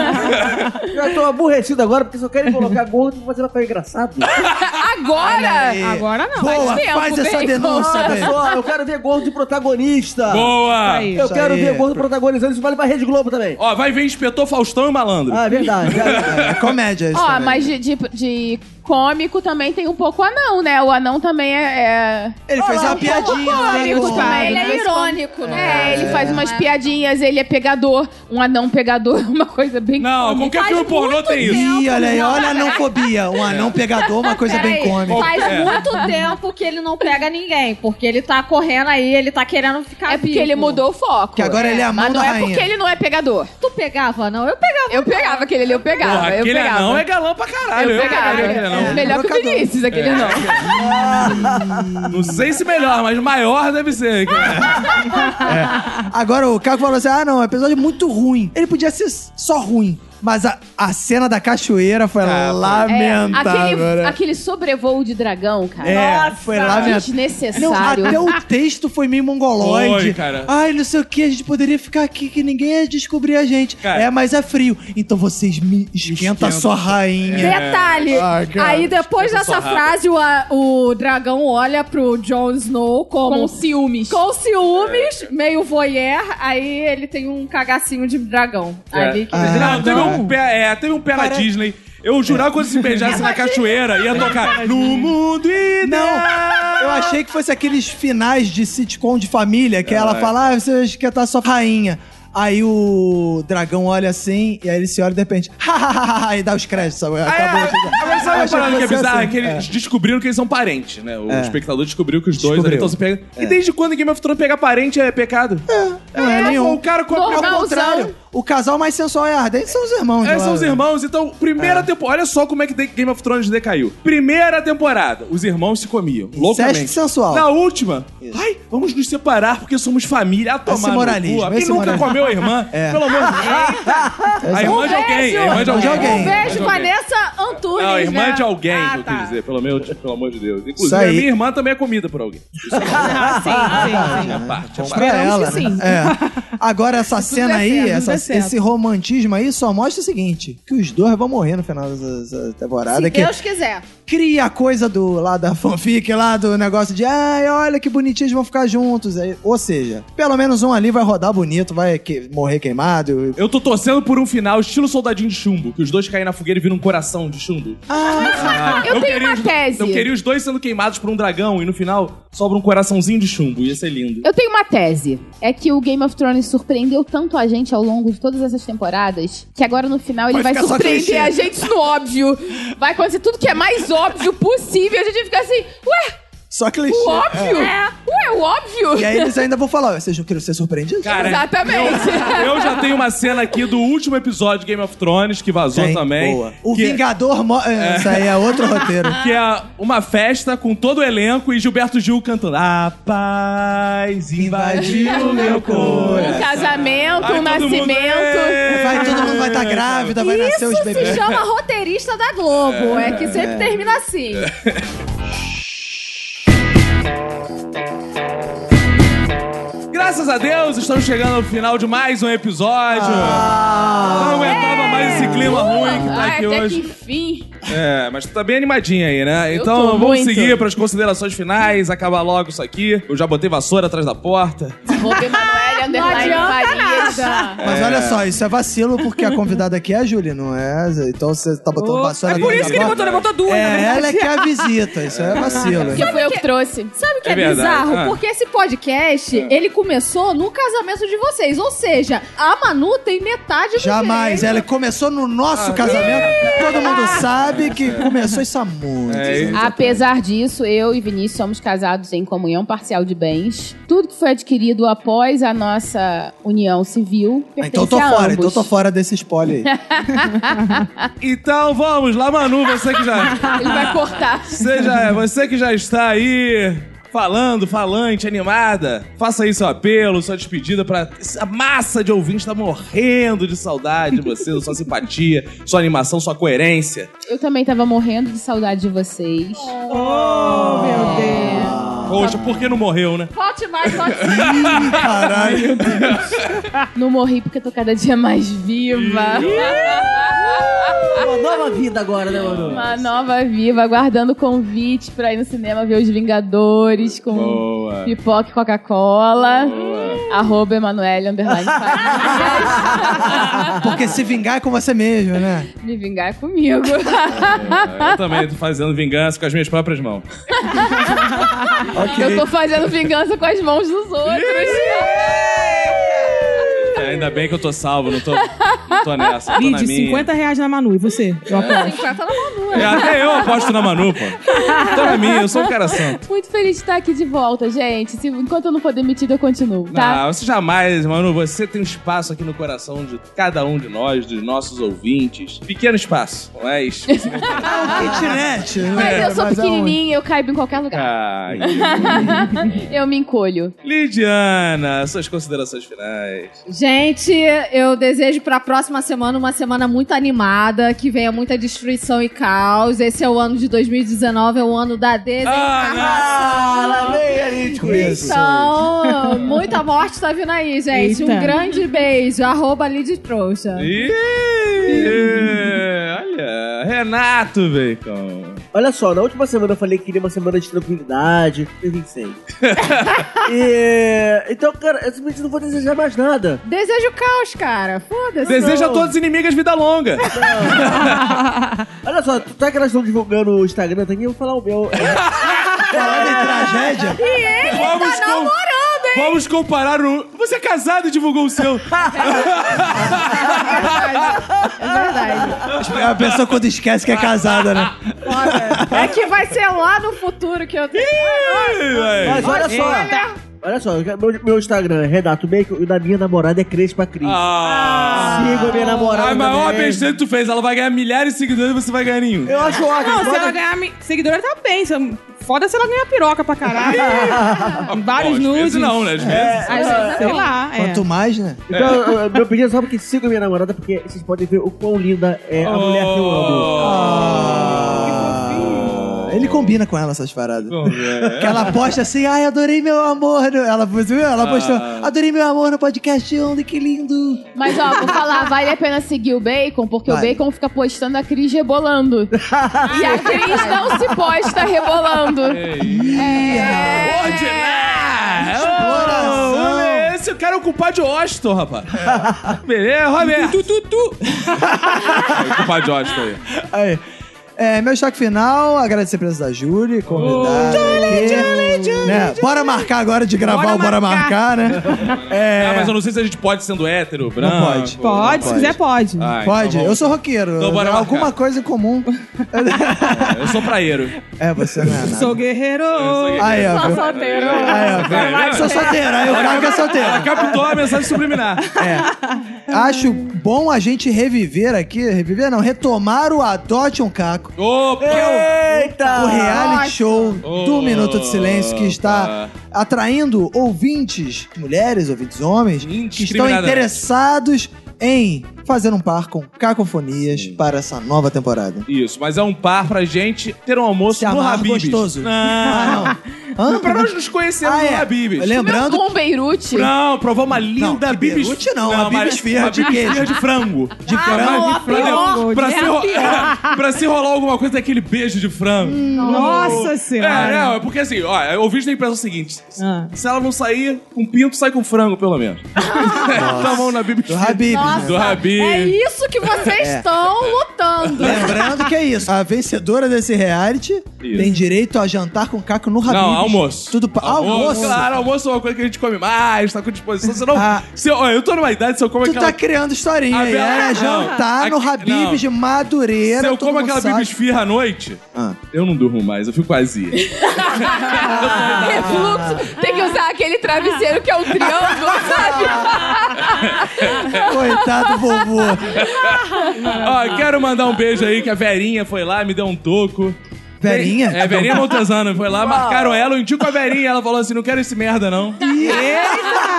Já tô aborrecido agora porque só querem colocar gordo e fazer papel engraçado. Ah, Agora! Agora não. Boa, tempo, faz essa bacon. denúncia, Olha velho. só, eu quero ver gordo de protagonista. Boa! Aí. Eu Isso quero aí. ver gordo protagonizando. Isso vale pra Rede Globo também. Ó, vai ver Inspetor Faustão e Malandro. Ah, é verdade. É, é comédia isso. Ó, também. mas de, de, de cômico também tem um pouco anão, né? O anão também é. é... Ele fez uma piadinha. né, lá cômico no- também. Ele é Mas- irônico, né? É, ele faz umas piadinhas, ele é pegador, um anão pegador, uma coisa bem. Não, cômica. qualquer filme pornô tem isso. Ih, olha aí, olha a anãofobia. Um anão pegador, uma coisa bem Peraí, cômica. Faz É. muito tempo que ele não pega ninguém, porque ele tá correndo aí, ele tá querendo ficar É porque vivo. ele mudou o foco. Que agora ele é a mão Mas não da é rainha. porque ele não é pegador. Tu pegava, não? Eu pegava. Eu pegava aquele ali, eu pegava. Porra, eu aquele pegava. anão é galã pra caralho. Eu pegava. pegaria aquele anão. É, Melhor que o Provocador. Vinícius, aquele não. É. Não sei se melhor, mas maior deve ser. Agora o Caco falou assim: ah, não, o episódio é muito ruim. Ele podia ser só ruim. Mas a, a cena da cachoeira foi Ah, lamentável. É, aquele, né? aquele sobrevoo de dragão, cara. É, foi lamentável. Não, Desnecessário. até o texto foi meio mongoloide. Foi, cara. Ai, não sei o que, a gente poderia ficar aqui que ninguém ia descobrir a gente. Cara. É, mas é frio. Então vocês me esquenta, Esquenta. É. sua rainha. Detalhe, Ai, cara, aí depois Ah, eu tô dessa sarrado. frase, o, a- o dragão olha pro Jon Snow Com como... ciúmes. Com ciúmes, meio voyeur, aí ele tem um cagacinho de dragão. É. Ali que... Ah, não, teve um pé, é, teve um pé na Parece- Disney. Eu jurava que quando se beijasse na cachoeira, ia tocar no mundo e Não, eu achei que fosse aqueles finais de sitcom de família, que É. ela fala, ah, você esquentar sua rainha. Aí o dragão olha assim, e aí ele se olha e de repente, e dá os créditos. sabe? Acabou. o episódio. Agora É, ah, sabe Eu uma achei parada que é fosse bizarra? assim. que eles É. descobriram que eles são parentes, né? O É. espectador descobriu que os dois né, Descobriu. ali estão se pegando. E desde quando em Game of Thrones pegar parente é pecado? Não é, nenhum. O cara com a Ao Normalzão. contrário, o casal mais sensual e ardente são os irmãos. É, lá, são os né? irmãos, então, primeira temporada. Olha só como é que The- Game of Thrones decaiu. Primeira temporada, os irmãos se comiam. Loucamente. Incesto sensual. Na última, ai, vamos nos separar porque somos família. A tomar no moralismo, cu. Quem esse nunca moralismo. comeu a irmã? É. Pelo amor de Deus. A irmã de alguém. A irmã de Um alguém. alguém. Beijo, Irmã de alguém. Vanessa Antunes, Não, irmã né? de alguém, Ah, que eu tá. quis dizer, pelo, meu, pelo amor de Deus. Isso Inclusive, aí. a minha irmã também é comida por alguém. Isso Ah, sim, sim, é sim. a parte. a Bom parte. pra Tipo, ela. que sim. né? É. Agora, essa cena der aí, certo, tudo essa- der certo. esse romantismo aí só mostra o seguinte: que os dois vão morrer no final dessa dessa temporada. Se que Deus quiser. cria a coisa do lá da fanfic, lá do negócio de ai, olha que bonitinho, eles vão ficar juntos. Aí, ou seja, pelo menos um ali vai rodar bonito, vai que- morrer queimado. Eu tô torcendo por um final estilo soldadinho de chumbo, que os dois caem na fogueira e viram um coração de chumbo. Ah, eu tenho queria uma os- tese. Eu queria os dois sendo queimados por um dragão e no final sobra um coraçãozinho de chumbo. Ia ser lindo. Eu tenho uma tese. É que o Game of Thrones surpreendeu tanto a gente ao longo de todas essas temporadas que agora no final ele vai, ficar só clichê. surpreender a gente no óbvio. Vai acontecer tudo que é mais óbvio possível. A gente vai ficar assim, ué, Só clichê. É. o óbvio? Ué, o óbvio? E aí eles ainda vão falar, "Ó, vocês não queriam ser surpreendidos? Cara, Exatamente. Eu já tenho uma cena aqui do último episódio de Game of Thrones que vazou Tem. também. Boa. O que, Vingador... Mo... É, Isso aí é outro roteiro. que é uma festa com todo o elenco e Gilberto Gil cantando. A paz invadiu meu Um corpo. casamento, Aí um todo mundo, nascimento. "É". Vai, todo mundo vai estar grávida, vai nascer os bebês. Se chama roteirista da Globo. É, que sempre termina assim. Graças a Deus, estamos chegando ao final de mais um episódio. Ah. Não aguentava mais esse clima ruim que tá Ai, aqui até hoje. que enfim. É, mas tu tá bem animadinha aí, né? Eu Então tô vamos muito. seguir pras considerações finais, acabar logo isso aqui. Eu já botei vassoura atrás da porta. Robin Manoel, Underline Farias. Mas olha só, isso é vacilo, porque a convidada aqui é a Júlia, não é? Então você tá botando vassoura é por atrás isso da que ele porta? botou, ele botou duas, na É, verdade. ela é que é a visita, isso é vacilo. Que foi eu que trouxe. Sabe o que É é, verdade, bizarro? ah. Porque esse podcast, É. ele começou no casamento de vocês. Ou seja, a Manu tem metade do Jamais. direito. Ela começou no nosso Ah, casamento. é. Todo mundo sabe que começou isso há muito. É, tempo. Apesar disso, eu e Vinícius somos casados em comunhão parcial de bens. Tudo que foi adquirido após a nossa união civil Ah, pertence Então eu tô a fora, ambos. então eu tô fora desse spoiler aí. Então vamos lá, Manu, você que já, Ele vai cortar. você já, você que já está aí falando, falante, animada, faça aí seu apelo, sua despedida pra essa massa de ouvintes tá morrendo de saudade de você, da sua simpatia, sua animação, sua coerência. Eu também tava morrendo de saudade de vocês. É. Oh, meu Deus. Poxa, por que não morreu, né? Volte mais, volte mais. Ih, caralho. Não morri porque tô cada dia mais viva. É Uma nova vida agora, né, mano? Uma nova viva, aguardando o convite pra ir no cinema ver Os Vingadores com Boa. pipoca e Coca-Cola. Arroba Emanuele, underline Farias. Porque se vingar é com você mesmo, né? Me vingar é comigo. É, Eu também tô fazendo vingança com as minhas próprias mãos. Eu tô fazendo vingança com as mãos dos outros. É, ainda bem que eu tô salvo, não tô, não tô nessa. Tô na Lid, minha. 50 reais na Manu. E você? Eu aposto. tá É, até eu aposto na Manu, pô. Tô na minha, eu sou um cara santo. Muito feliz de estar aqui de volta, gente. Se- enquanto eu não for demitida, eu continuo, tá? Ah, você jamais, Manu, você tem um espaço aqui no coração de cada um de nós, dos nossos ouvintes. Pequeno espaço, é mas. Kitnet. Mas eu sou é, Mas aonde? pequenininha, eu caibo em qualquer lugar. Ai, É. Eu me encolho. Lidiana, suas considerações finais. Gente, eu desejo pra próxima semana uma semana muito animada, que venha muita destruição e caos. Esse é o ano de 2019, é o ano da desencarnação. Ah, lá vem a gente com isso. Então, muita morte tá vindo aí, gente. Eita. Um grande beijo. Arroba Lid Trouxa. Ih, olha, Renato Bacon. Olha só, na última semana eu falei que queria uma semana de tranquilidade. Eu vim sem. E, então, cara, eu simplesmente não vou desejar mais nada. Desejo caos, cara. Foda-se. Deseja a todas as inimigas vida longa. Olha só, tu tá que elas estão divulgando o Instagram também, eu vou falar o meu. É, Falando em tragédia. Vamos com- Vamos comparar o. Você é casado e divulgou o seu. É A pessoa quando esquece que é casada, né? É que vai ser lá no futuro que eu tenho. Ih, vai. mas olha só. Olha só, meu, meu Instagram é Renato Bacon e o da minha namorada é Crespa Cris. Ah. Siga a minha namorada. A maior também. besteira que tu fez, ela vai ganhar milhares de seguidores e você vai ganhar nenhum. Eu acho ótimo. Não, se Bota- ela ganhar mi- seguidora, tá bem. Se- Foda se ela ganhar piroca pra caralho. Vários Bom, às vezes nudes. não, né? Às vezes. Às vezes, sei lá. é. Quanto mais, né? Então, eu- eu- meu pedido é só porque siga a minha namorada, porque vocês podem ver o quão linda é Oh. a mulher que eu amo. Ah, Ele combina com ela essas paradas. Bom, é. Que ela posta assim, ai, adorei meu amor. no-" Ela, você viu? Ah. ela postou, adorei meu amor no podcast ontem, que lindo. Mas ó, vou falar, vale a pena seguir o Bacon, porque o Vale. Bacon fica postando a Cris rebolando. e a Cris não se posta rebolando. Pode lá! Exploração. Ô, olha, Esse cara é o culpado de Washington, rapaz. Beleza, Roberto. Tu, tu, tu. É, culpado de Washington aí. Aí. É, meu destaque final, agradecer a presença da Júlia, convidada. aqui. Né, Bora marcar agora de gravar Bora o Bora Marcar, né? É, Ah, mas eu não sei se a gente pode sendo hétero, branco. pode. Pode, se Pode. quiser, pode. Ah, então Pode, vamos. eu sou roqueiro. é Então bora alguma marcar. coisa em comum. Eu sou praieiro. é, você não é nada. Sou guerreiro. Aí, ó. viu? solteiro. Aí, ó. Vai, vai. viu? Sou solteiro, aí o cara que é solteiro. Ela captou a mensagem subliminar. É. Acho bom a gente reviver aqui, reviver não, retomar o Adote um Caco, Opa! Eita! o reality show do Oh, Minuto de Silêncio que está atraindo ouvintes, mulheres, ouvintes homens, que estão Indiscriminadamente. interessados em fazer um par com cacofonias para essa nova temporada. Isso, mas é um par pra gente ter um almoço Se no amar Habib's. gostoso. Não. Ah, não. Hã? Pra nós nos conhecermos Ah, no é. Habib's. Lembrando Com Beirute. Não, provar uma linda que bibis. Beirute não, uma bibis Ah, mas- firra uma de bibis queijo. firra de frango. De não, a frango. Pra, É se ro- pra se rolar alguma coisa daquele beijo de frango. Nossa É, senhora. não, é porque assim, ó, eu ouvi tem pensar o seguinte: se- Ah. se ela não sair com pinto, sai com frango, pelo menos. então vamos na bibis do Habib. né? Do Rabi. É isso que vocês É. estão lutando. Lembrando que é isso. A vencedora desse reality tem direito a jantar com caco no Habib. Não, almoço. Tudo pa- almoço. Claro, almoço é uma coisa que a gente come mais, tá com disposição. Senão, Ah. se eu, ó, eu tô numa idade, se eu como é Tu aquela. tá criando historinha A aí. Bela- É Ah, não. jantar no Aqui- não. Habib de Madureira. se eu todo como é mundo aquela sabe. bibis firra à noite, Ah. eu não durmo mais, eu fico vazia. Ah. Refluxo. Tem que usar aquele travesseiro que é o triângulo, Ah. sabe? É. Coitado, vovô. Ó, quero mandar um beijo aí que a Verinha foi lá, me deu um toco. Verinha? É, Verinha Montesano foi lá, marcaram É. ela, eu indico a Verinha. Ela falou assim: não quero esse merda, não. Eita!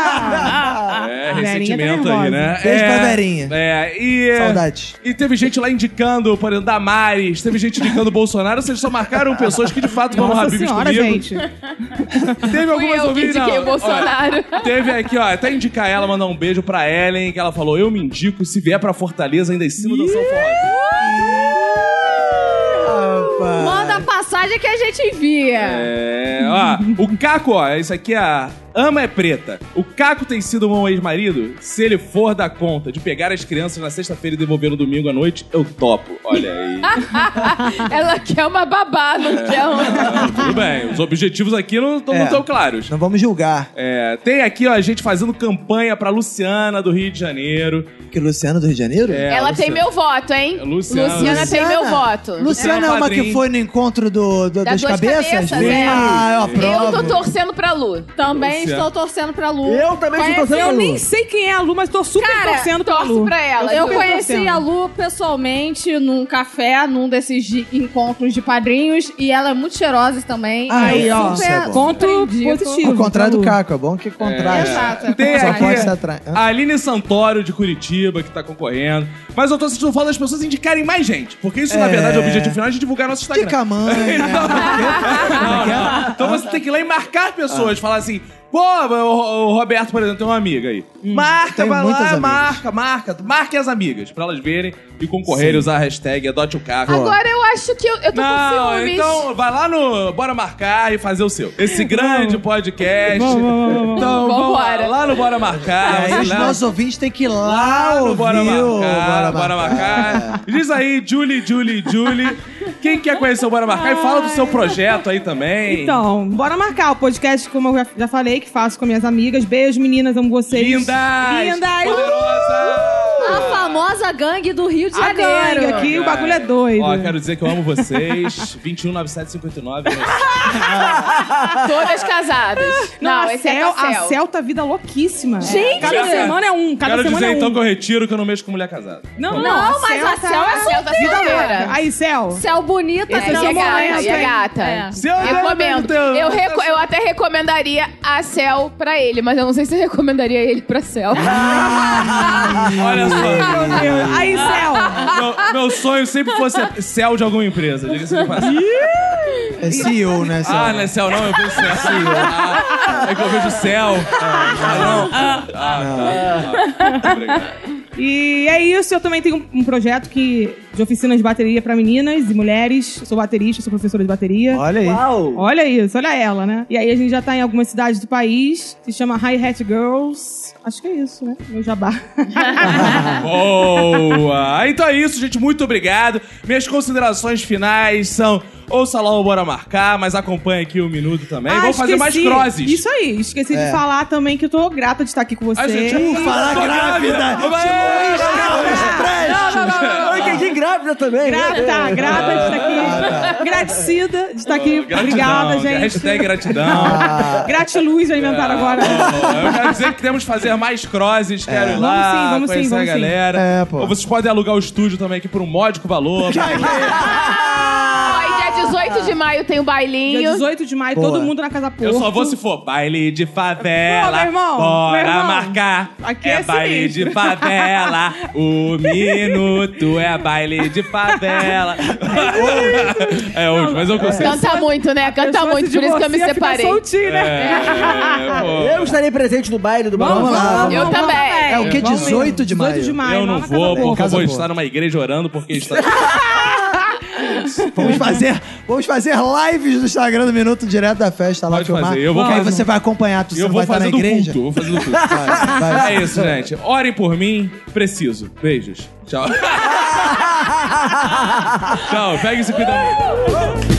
É, Verinha tá sentimento aí, nervosa. né? Beijo é, pra Verinha. É, e... Saudade. E teve gente lá indicando, por exemplo, Damares, teve gente indicando Bolsonaro, vocês só marcaram pessoas que de fato vão Nossa Habibs senhora, comigo. gente. Teve Fui algumas eu que ouvintes. indiquei o não. Bolsonaro. Ó, teve aqui, ó, até indicar ela, mandar um beijo pra Ellen, que ela falou: Eu me indico, se vier pra Fortaleza, ainda em cima do São Paulo. Rapaz. Manda a passagem que a gente envia. É, ó, o Caco, ó, isso aqui é a ama é preta. O Caco tem sido um ex-marido? Se ele for dar conta de pegar as crianças na sexta-feira e devolver no domingo à noite, eu topo. Olha aí. Ela quer uma babá, não quer um- uma... Ah, Tudo bem, os objetivos aqui não estão É. tão claros. Não vamos julgar. É, tem aqui, ó, a gente fazendo campanha pra Luciana do Rio de Janeiro. Que Luciano do Rio de Janeiro? É, Ela Luciana- tem meu voto, hein? É, Luciana. tem meu voto. Luciana É é uma uma que padrinho. foi no encontro do, do- das, Das duas cabeças? cabeças, é. Ah, eu aprovo. Eu tô torcendo pra Lu. Também Luciano. estou torcendo pra Lu. Eu também estou Conhece- torcendo pra Eu Lu. Então, nem sei quem é a Lu, mas tô super Cara, torcendo pra Torce Lu. pra ela. então. Eu Lu. conheci torcendo. a Lu pessoalmente num café, num desses de- encontros de padrinhos, e ela é muito cheirosa também. Aí, Eu ó, super isso é bom. Ponto surpreendi com- positivo. Ao contrário do Lu. Caco, é bom que contraste. Exato, é Tem verdade. Só aqui pode se Ah, atrair. a Aline Santoro de Curitiba, que tá concorrendo. Mas eu tô sentindo falta das pessoas indicarem mais gente. Porque isso, na É. verdade, é o objetivo final de divulgar nosso Instagram. Dica mãe. Não, não. Então você tem que ir lá e marcar pessoas, falar assim. Pô, o, o Roberto, por exemplo, tem uma amiga aí. marca, tenho vai muitas lá, amigas. marca, marca. Marque as amigas, pra elas verem e concorrerem, usar a hashtag adote o carro. Agora eu acho que eu, eu tô com Não, ciúmes. então vai lá no Bora Marcar e fazer o seu. Esse grande podcast. Vamos, vamos, vamos, Então vamos. vamos lá, Vambora. lá no Bora Marcar. Aí vai É, os lá. nossos ouvintes têm que ir lá Lá no ouvir Bora o Marcar, Bora Marcar. Diz aí, Julie, Julie, Julie. Quem quer conhecer o Bora Marcar? E fala do seu projeto aí também. Então, bora marcar o podcast, como eu já- já falei, que faço com minhas amigas. Beijo, meninas, amo vocês. Lindas! Lindas! A Poderosas! famosa gangue do Rio de A Janeiro. gangue aqui, o bagulho é doido. Ó, quero dizer que eu amo vocês. 219759. Todas casadas. Não, a, esse é Cel, Cacel. a Cel tá vida louquíssima. Gente! Cada semana é um, cada Quero semana dizer é um. então que eu retiro que eu não mexo com mulher casada. Não, não, Não, a mas Cel a tá- Cel é Cel tá vida solteira. louca. Aí, Cel. Céu bonita, Esse céu aqui é gata, morena. e é gata. É. Se eu der, Recomendo. então, Eu, reco- eu até recomendaria a Cel pra ele, mas eu não sei se eu recomendaria ele pra Cel. Ah! Então, Olha só. Meu Deus. Aí, Cel. Meu, meu sonho sempre fosse ser céu de alguma empresa. Diga-se de passagem. É CEO, né? Ah, não é céu não, eu vejo céu. Ah, é que eu vejo céu. Ah, não. Ah, tá. tá. Obrigado. E é isso, eu também tenho um- um projeto que, de oficina de bateria pra meninas e mulheres. Eu sou baterista, sou professora de bateria. Olha aí. Uau! Olha isso, olha ela, né? E aí a gente já tá em algumas cidades do país, se chama Hi Hat Girls. Acho que é isso, né? Meu jabá. Boa! Então é isso, gente. Muito obrigado. Minhas considerações finais são: ouça lá o Bora Marcar, mas acompanha aqui o Minuto também. Ah, Vamos fazer mais esqueci. crosses. Isso aí, esqueci de É. falar também que eu tô grata de estar aqui com A gente vocês. Por falar grávida! Não, não, não, Eu entendi grávida também. Grata, grata de estar Ah, tá. aqui. Gratecida de estar aqui. é Obrigada, gente. é Hashtag gratidão. Ah. Gratiluz É. alimentaram agora. Eu quero dizer que temos que fazer mais crosses. Quero ir lá, Vamos sim, vamos sim, conhecer vamos a sim. galera. É, pô. Ou Vocês podem alugar o estúdio também aqui por um módico valor. Ó, e dia 18 de maio tem o bailinho. Dia 18 de maio, Boa. todo mundo na Casa Porto. Eu só vou se for baile de favela. Pô, meu irmão, bora meu irmão. marcar. Aqui é é baile sinistro. de favela. O minuto é baile de favela. é hoje, mas eu consigo. Canta muito, né? Canta Pessoa muito, se por isso que eu me divorcia, fica separei. soltinho, né? É, Eu estarei presente no baile do Barão. lá, Falar. vamos Eu também. É o que? Vamos 18 de maio? 18 de pô, maio. eu não lá na Casa vou, Porto. porque eu Casa vou boa. estar numa igreja orando, porque está. Vamos fazer, vamos fazer lives no Instagram do Minuto Direto da Festa lá Pode filmar. fazer, eu vou que aí fazer. você vai acompanhar, tu você Eu não vou vai estar fazer na do igreja. culto. eu Vou fazer do culto. Vai, vai. É isso, gente. Orem por mim, preciso. Beijos. Tchau. Tchau, pega esse cuidado.